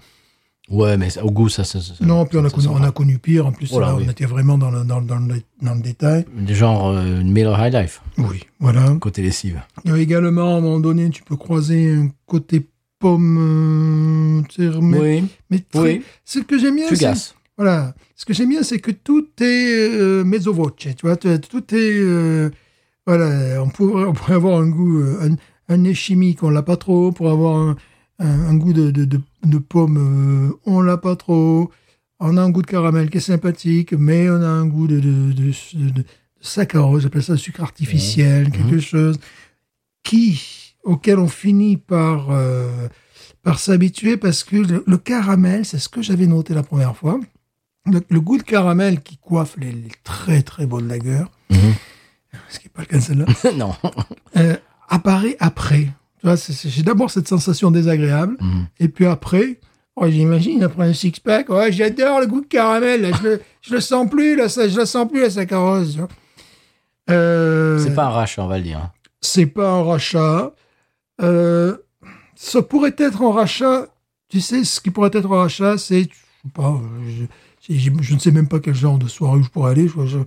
Speaker 1: Ouais, mais ça- au goût, ça, ça, ça-
Speaker 2: Non, puis on a,
Speaker 1: ça
Speaker 2: connu,
Speaker 1: sent
Speaker 2: on a connu pire. En plus,
Speaker 1: Oh là,
Speaker 2: là,
Speaker 1: oui.
Speaker 2: on était vraiment dans le, dans, le- dans le- dans le détail.
Speaker 1: pas. Des genres euh, une Miller High Life
Speaker 2: Oui, voilà.
Speaker 1: côté lessive.
Speaker 2: Il y a Euh, également, à un moment donné, tu peux croiser un côté pomme, euh, tu sais, mais,
Speaker 1: oui,
Speaker 2: mais très-
Speaker 1: oui.
Speaker 2: Ce que j'aime bien,
Speaker 1: Tu
Speaker 2: c'est
Speaker 1: gasses.
Speaker 2: voilà. Ce que j'aime bien, c'est que tout est euh, mezzo voce. Tu vois, tu- tout est euh, voilà. On pourrait, on pourrait avoir un goût, euh, un, un nez chimique, on l'a pas trop. Pour avoir un, un- un goût de, de, de, de pomme, euh, on l'a pas trop. On a un goût de caramel qui est sympathique, mais on a un goût de, de, de, de, de saccharose, j'appelle ça sucre artificiel, quelque chose qui auquel on finit par euh, par s'habituer parce que le, le caramel, c'est ce que j'avais noté la première fois, le, le goût de caramel qui coiffe les, les très très bonnes lagers,
Speaker 1: Mhm.
Speaker 2: ce qui n'est pas le cas de celle-là,
Speaker 1: non.
Speaker 2: euh, apparaît après. Tu vois, c'est- c'est- j'ai d'abord cette sensation désagréable,
Speaker 1: Mhm.
Speaker 2: et puis après, oh, j'imagine, après un six-pack, ouais, j'adore le goût de caramel, là, je, le, je le sens plus, là, ça, je le sens plus, la saccharose. tu vois. Euh,
Speaker 1: C'est pas un rachat, on va le dire. hein.
Speaker 2: c'est pas un rachat. Euh, ça pourrait être un rachat. Tu sais, ce qui pourrait être un rachat, c'est. Je, sais pas, euh, je, je- je ne sais même pas quel genre de soirée où je pourrais aller. Je, je-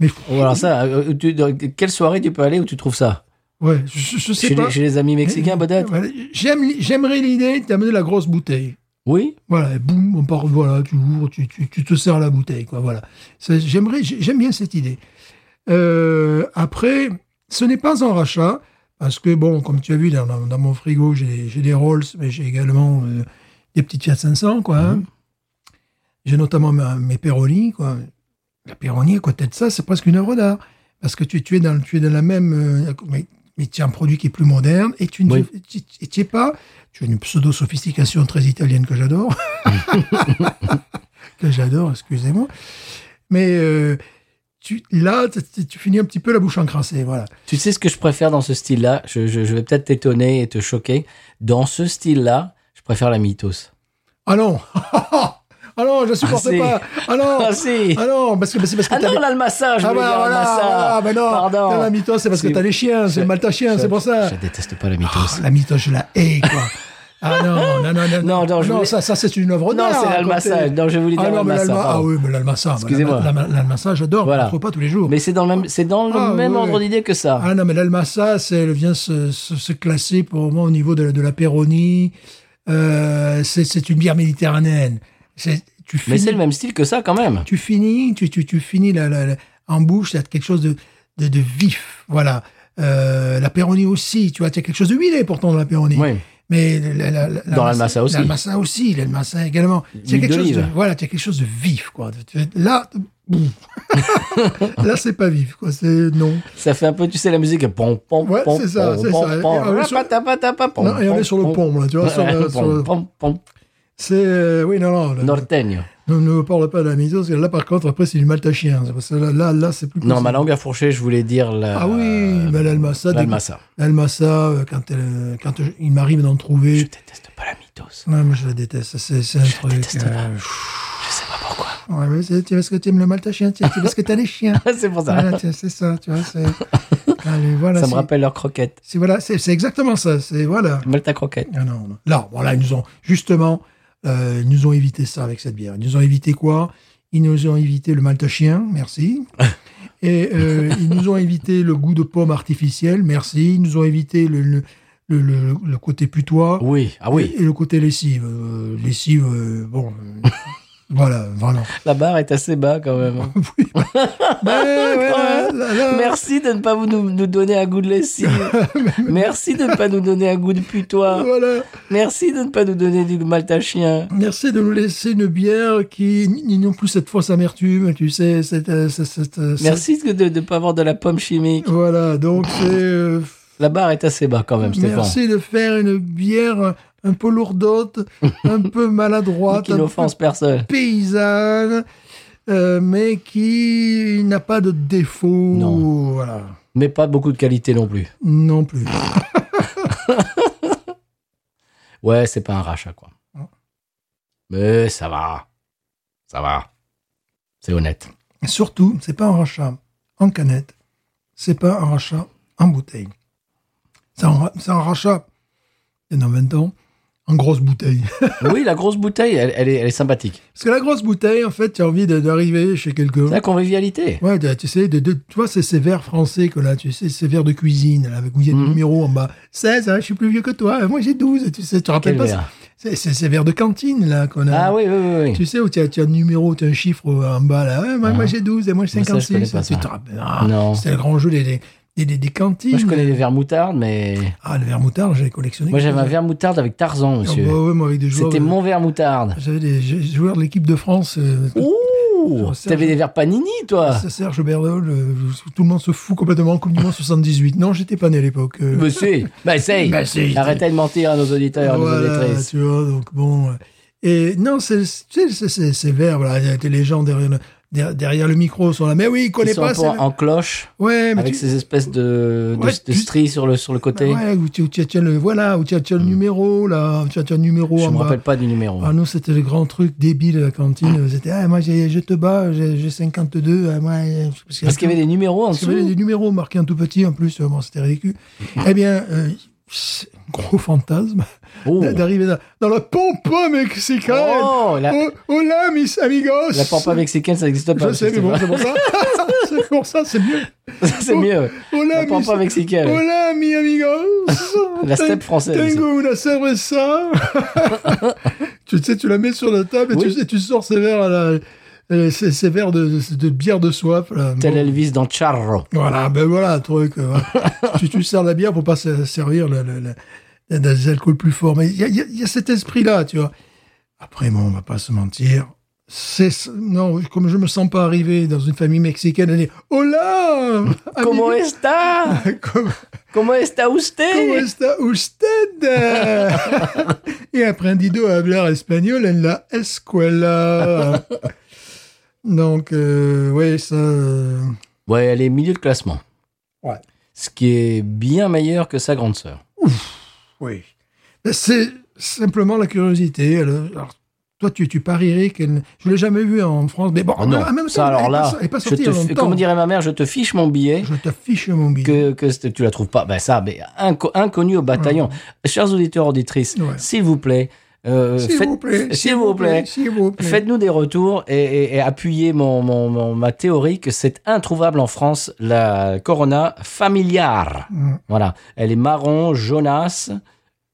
Speaker 2: mais
Speaker 1: Ou alors ça, euh, tu- dans quelle soirée tu peux aller où tu trouves ça
Speaker 2: Ouais, je, je sais
Speaker 1: chez
Speaker 2: pas.
Speaker 1: les, chez les amis mexicains, peut-être
Speaker 2: Voilà, j'aime li- J'aimerais l'idée d'amener la grosse bouteille.
Speaker 1: Oui.
Speaker 2: Voilà, et boum, on part, voilà, tu ouvres, tu, tu, tu te sers la bouteille, quoi, voilà. Ça, J'aimerais, j'ai- j'aime bien cette idée. Euh, après, ce n'est pas un rachat, parce que, bon, comme tu as vu, dans, dans mon frigo, j'ai j'ai des Rolls, mais j'ai également euh, des petites Fiat 500, quoi. hein. J'ai notamment ma- mes Peroni, quoi. La Peroni, à côté de ça, c'est presque une œuvre d'art, parce que tu, tu, es dans, tu es dans la même... euh, mais, mais tu as un produit qui est plus moderne, et tu ne
Speaker 1: Oui.
Speaker 2: tu- tu- tu es pas... Tu as une pseudo-sophistication très italienne que j'adore que j'adore, excusez-moi. Mais euh, tu, là, t- t- tu finis un petit peu la bouche encrassée, voilà.
Speaker 1: Tu sais ce que je préfère dans ce style-là je, je- je vais peut-être t'étonner et te choquer. Dans ce style-là, je préfère la Mythos.
Speaker 2: Ah non Ah non, je ne supporte
Speaker 1: Ah, si.
Speaker 2: pas Ah non
Speaker 1: Ah si
Speaker 2: Ah non, parce que parce que- parce que
Speaker 1: Ah
Speaker 2: t'as
Speaker 1: non,
Speaker 2: les-
Speaker 1: là, le massage, je
Speaker 2: Ah
Speaker 1: voulais
Speaker 2: bah
Speaker 1: dire, le
Speaker 2: voilà,
Speaker 1: massage.
Speaker 2: voilà, bah non,
Speaker 1: Pardon.
Speaker 2: t'as la mythos, c'est parce que
Speaker 1: C'est-
Speaker 2: t'as les chiens, c'est le malta chien,
Speaker 1: Je-
Speaker 2: c'est pour ça.
Speaker 1: Je
Speaker 2: Ah,
Speaker 1: déteste pas la mythos.
Speaker 2: Oh, la mythos, je la hais, quoi. Ah non, non, non, non, non,
Speaker 1: Non, non, je voulais-
Speaker 2: ça, ça c'est une œuvre
Speaker 1: Non,
Speaker 2: d'art.
Speaker 1: c'est
Speaker 2: à
Speaker 1: l'Almassa.
Speaker 2: côté.
Speaker 1: Non, je voulais dire
Speaker 2: Ah non, mais
Speaker 1: l'Almassa,
Speaker 2: l'Alma- ah
Speaker 1: pardon.
Speaker 2: oui, mais l'Almassa.
Speaker 1: Excusez-moi.
Speaker 2: l'Alma- L'Almassa, j'adore.
Speaker 1: Voilà.
Speaker 2: On ne trouve pas tous les jours.
Speaker 1: Mais c'est dans le même, c'est dans le
Speaker 2: Ah,
Speaker 1: même
Speaker 2: ouais.
Speaker 1: ordre d'idée que ça.
Speaker 2: Ah non, mais l'Almassa, c'est- elle vient se, se- se classer pour moi au niveau de, la- de la Péronie. Euh, c'est c'est une bière méditerranéenne. C'est- Tu
Speaker 1: mais c'est
Speaker 2: finis-
Speaker 1: le même style que ça quand même.
Speaker 2: tu finis, tu, tu, tu finis la, la- la- en bouche, t'as quelque chose de, de, de vif, voilà. Euh, la Péroni aussi, tu vois, t'as quelque chose de huilé pourtant dans la Péroni.
Speaker 1: Oui.
Speaker 2: Mais la, la- la-
Speaker 1: Dans l'Almassa aussi.
Speaker 2: L'Almassa aussi, l'Almassa également. C'est
Speaker 1: L'huile
Speaker 2: quelque chose de,
Speaker 1: d'olive.
Speaker 2: voilà, t'as quelque chose de vif, quoi. Tu- Là, boum. là, c'est pas vif, quoi. C'est non.
Speaker 1: Ça fait un peu, tu sais, la musique. Pom, pom,
Speaker 2: Ouais,
Speaker 1: pom,
Speaker 2: c'est ça,
Speaker 1: pom,
Speaker 2: c'est
Speaker 1: pom,
Speaker 2: ça. Et
Speaker 1: pom.
Speaker 2: on est sur-
Speaker 1: Rapatapatapa, pom,
Speaker 2: Non, et on
Speaker 1: pom,
Speaker 2: est sur le
Speaker 1: pom.
Speaker 2: pont, là, tu vois. sur
Speaker 1: Ouais,
Speaker 2: le- sur le-
Speaker 1: pom, pom, pom.
Speaker 2: C'est, euh, oui, non, non. Ne
Speaker 1: Norteño.
Speaker 2: ne me parle pas de la mise, parce que là, par contre, après, c'est du maltachien. Parce que là, là, là, c'est plus.
Speaker 1: Non,
Speaker 2: possible.
Speaker 1: ma langue à fourcher, je voulais dire la.
Speaker 2: Ah oui,
Speaker 1: Euh,
Speaker 2: bah, l'Almassa,
Speaker 1: L'Almassa.
Speaker 2: L'Almassa, euh, quand, elle, euh, quand je- il m'arrive d'en
Speaker 1: Je
Speaker 2: trouver,
Speaker 1: déteste pas la mythos.
Speaker 2: non, moi, je la déteste. C'est c'est un
Speaker 1: Je
Speaker 2: truc.
Speaker 1: déteste
Speaker 2: euh,
Speaker 1: Je sais pas pourquoi.
Speaker 2: ouais, mais c'est c'est parce que tu aimes le maltachien, c'est c'est parce que tu as les chiens.
Speaker 1: c'est pour ça.
Speaker 2: Voilà, tiens, c'est ça, tu vois. c'est- Allez, voilà,
Speaker 1: ça me
Speaker 2: c'est-
Speaker 1: rappelle leur croquette.
Speaker 2: c'est- voilà, c'est c'est exactement ça. C'est voilà.
Speaker 1: Malta croquette.
Speaker 2: Ah non, non. Là, voilà, ils nous ont justement, euh, ils nous ont évité ça avec cette bière. Ils nous ont évité quoi Ils nous ont évité le maltachien, merci. Et euh, ils nous ont évité le goût de pomme artificielle, merci. Ils nous ont évité le, le, le- le- le côté putois.
Speaker 1: Oui, ah oui.
Speaker 2: Et le côté lessive. Euh, lessive, euh, bon. euh, voilà, voilà.
Speaker 1: La barre est assez bas quand même.
Speaker 2: Oui, bah, bah, voilà, là, là.
Speaker 1: Merci de ne pas vous nous, nous donner un goût de lessive. Merci de ne pas nous donner un goût de putois.
Speaker 2: Voilà.
Speaker 1: Merci de ne pas nous donner du maltachien.
Speaker 2: Merci de nous laisser une bière qui n- n'ont plus cette fausse amertume, tu sais, cette, euh, cette- cette- cette-
Speaker 1: Merci de ne pas avoir de la pomme chimique.
Speaker 2: Voilà, donc c'est. euh,
Speaker 1: La barre est assez bas quand même, Stéphane.
Speaker 2: merci de faire une bière un peu lourdote, un peu maladroite,
Speaker 1: Qui
Speaker 2: un peu
Speaker 1: n'offense personne.
Speaker 2: paysanne, euh, mais qui n'a pas de défaut.
Speaker 1: Non.
Speaker 2: Voilà.
Speaker 1: Mais pas beaucoup de qualité non plus.
Speaker 2: Non plus.
Speaker 1: Ouais, c'est pas un rachat quoi. Mais ça va. Ça va. C'est honnête.
Speaker 2: Et surtout, c'est pas un rachat en canette, c'est pas un rachat en bouteille. C'est un, ra- c'est un rachat, il y en a 20 ans, en grosse bouteille.
Speaker 1: Oui, la grosse bouteille, elle, elle est, elle est sympathique.
Speaker 2: Parce que la grosse bouteille, en fait, tu as envie de- d'arriver chez quelqu'un.
Speaker 1: C'est la convivialité.
Speaker 2: Ouais, de- tu sais, de, de- tu vois, c'est ces verres français que là, tu sais, ces verres de cuisine, là, avec où il y a des
Speaker 1: Mhm.
Speaker 2: numéros en bas. 16, hein, je suis plus vieux que toi, moi j'ai 12, tu sais, tu te rappelles
Speaker 1: Quel
Speaker 2: pas
Speaker 1: verre.
Speaker 2: ça C'est c'est ces verres de cantine, là, qu'on a.
Speaker 1: Ah oui, oui, oui. oui.
Speaker 2: Tu sais, où tu as, tu as un numéro, tu as un chiffre en bas, là, Ouais, moi, moi, j'ai 12 et moi j'ai
Speaker 1: Moi, Ah. ça, je
Speaker 2: 56.
Speaker 1: connais pas
Speaker 2: Tu
Speaker 1: ça.
Speaker 2: te rappelles Ah,
Speaker 1: Non.
Speaker 2: C'était le grand jeu des, des, des- des- des cantines.
Speaker 1: Moi, je connais les verres moutardes, mais.
Speaker 2: Ah, le verre moutarde, j'avais collectionné.
Speaker 1: Moi, j'avais un verre moutarde avec Tarzan,
Speaker 2: Ah,
Speaker 1: monsieur.
Speaker 2: bah ouais, moi, avec des joueurs.
Speaker 1: C'était
Speaker 2: de-
Speaker 1: mon verre moutarde.
Speaker 2: J'avais des j'ai- joueurs de l'équipe de France. euh,
Speaker 1: Ouh
Speaker 2: Serge-
Speaker 1: T'avais des verres panini, toi
Speaker 2: Ah, C'est Serge Berdol, euh, tout le monde se fout complètement, Coupe du Monde 78. Non, j'étais pas né à l'époque. euh.
Speaker 1: Monsieur Bah, essaye
Speaker 2: Bah, si.
Speaker 1: Arrêtez de mentir à nos auditeurs et à nos
Speaker 2: Voilà,
Speaker 1: auditrices.
Speaker 2: tu vois, donc bon. euh. Et non, c'est c'est- c'est- c'est- c'est vert, voilà, il y a des- les gens derrière le, der- derrière le micro sont là. Mais oui, il
Speaker 1: Ils
Speaker 2: connaît
Speaker 1: sont un
Speaker 2: pas.
Speaker 1: peu
Speaker 2: c'est-
Speaker 1: en cloche,
Speaker 2: Ouais, mais
Speaker 1: avec
Speaker 2: tu-
Speaker 1: ces espèces de, de,
Speaker 2: Ouais,
Speaker 1: de
Speaker 2: tu-
Speaker 1: stries sur le, sur le
Speaker 2: bah
Speaker 1: côté.
Speaker 2: ouais, où tu, où tu as- tu as le, voilà, où tu as, tu as le numéro, là, tu as, tu as le numéro
Speaker 1: Hmm. Je
Speaker 2: en
Speaker 1: me
Speaker 2: bas.
Speaker 1: rappelle pas du numéro.
Speaker 2: bah. Ah, nous, c'était le grand truc débile à la cantine. C'était, ah, moi, j'ai- je te bats, j'ai j'ai 52. ah, moi, parce que-
Speaker 1: Parce qu'il y avait des numéros en
Speaker 2: Parce qu'il y avait
Speaker 1: dessous.
Speaker 2: des numéros marqués en tout petit, en plus, euh, bon, c'était ridicule. eh bien, euh, c'est un gros fantasme
Speaker 1: Oh.
Speaker 2: d'arriver dans, dans la pompa mexicaine.
Speaker 1: Oh, la,
Speaker 2: Oh, hola, mis amigos.
Speaker 1: la pampa mexicaine, ça n'existe pas.
Speaker 2: Je sais, mais bon, c'est pour ça. c'est pour ça, c'est mieux.
Speaker 1: c'est
Speaker 2: Oh,
Speaker 1: mieux.
Speaker 2: Hola,
Speaker 1: La
Speaker 2: mis,
Speaker 1: pampa mexicaine.
Speaker 2: hola, mi amigos.
Speaker 1: La steppe française.
Speaker 2: Tengo una cerveza. tu sais, tu la mets sur la table et,
Speaker 1: Oui.
Speaker 2: tu, et tu sors ces verres à la- euh, ces, ces verres de, de bière de soif. là.
Speaker 1: Tel
Speaker 2: Bon.
Speaker 1: Elvis dans Charro.
Speaker 2: Voilà, ben voilà, truc. euh, voilà. tu, tu sers la bière pour pas se- servir le, le- le- des alcools plus forts. Mais il y a, il y a- il y a cet esprit-là, tu vois. Après, bon, on va pas se mentir. C'est non, comme je me sens pas arrivé dans une famille mexicaine, elle dit Hola,
Speaker 1: Como
Speaker 2: amigo.
Speaker 1: está
Speaker 2: Comme-
Speaker 1: Como está
Speaker 2: Comment
Speaker 1: usted
Speaker 2: está usted? Et aprendido a hablar espagnol en la escuela. Donc, euh, ouais, ça. euh,
Speaker 1: Ouais, elle est milieu de classement.
Speaker 2: Ouais.
Speaker 1: Ce qui est bien meilleur que sa grande sœur.
Speaker 2: Oui. C'est simplement la curiosité. Alors, alors, toi, tu, tu parierais qu'elle. ne- Je l'ai jamais vue en France, mais bon,
Speaker 1: Oh non,
Speaker 2: en même temps,
Speaker 1: ça
Speaker 2: elle
Speaker 1: alors
Speaker 2: est
Speaker 1: là,
Speaker 2: pas, elle est pas
Speaker 1: je
Speaker 2: sortie
Speaker 1: te,
Speaker 2: il y a
Speaker 1: f-
Speaker 2: longtemps.
Speaker 1: comment dirait ma mère, je te fiche mon billet
Speaker 2: Je t'affiche mon billet.
Speaker 1: que, que c'était- tu la trouves pas. Ben ça, mais inco- inconnu au bataillon. Chers auditeurs, auditrices,
Speaker 2: Ouais.
Speaker 1: s'il vous plaît, Euh,
Speaker 2: S'il
Speaker 1: faites-
Speaker 2: vous plaît.
Speaker 1: s'il vous plaît.
Speaker 2: S'il vous plaît.
Speaker 1: Faites-nous des retours et, et- et appuyez mon, mon- mon- ma théorie que c'est introuvable en France, la Corona familiar.
Speaker 2: Mm.
Speaker 1: Voilà. Elle est marron, jaunasse,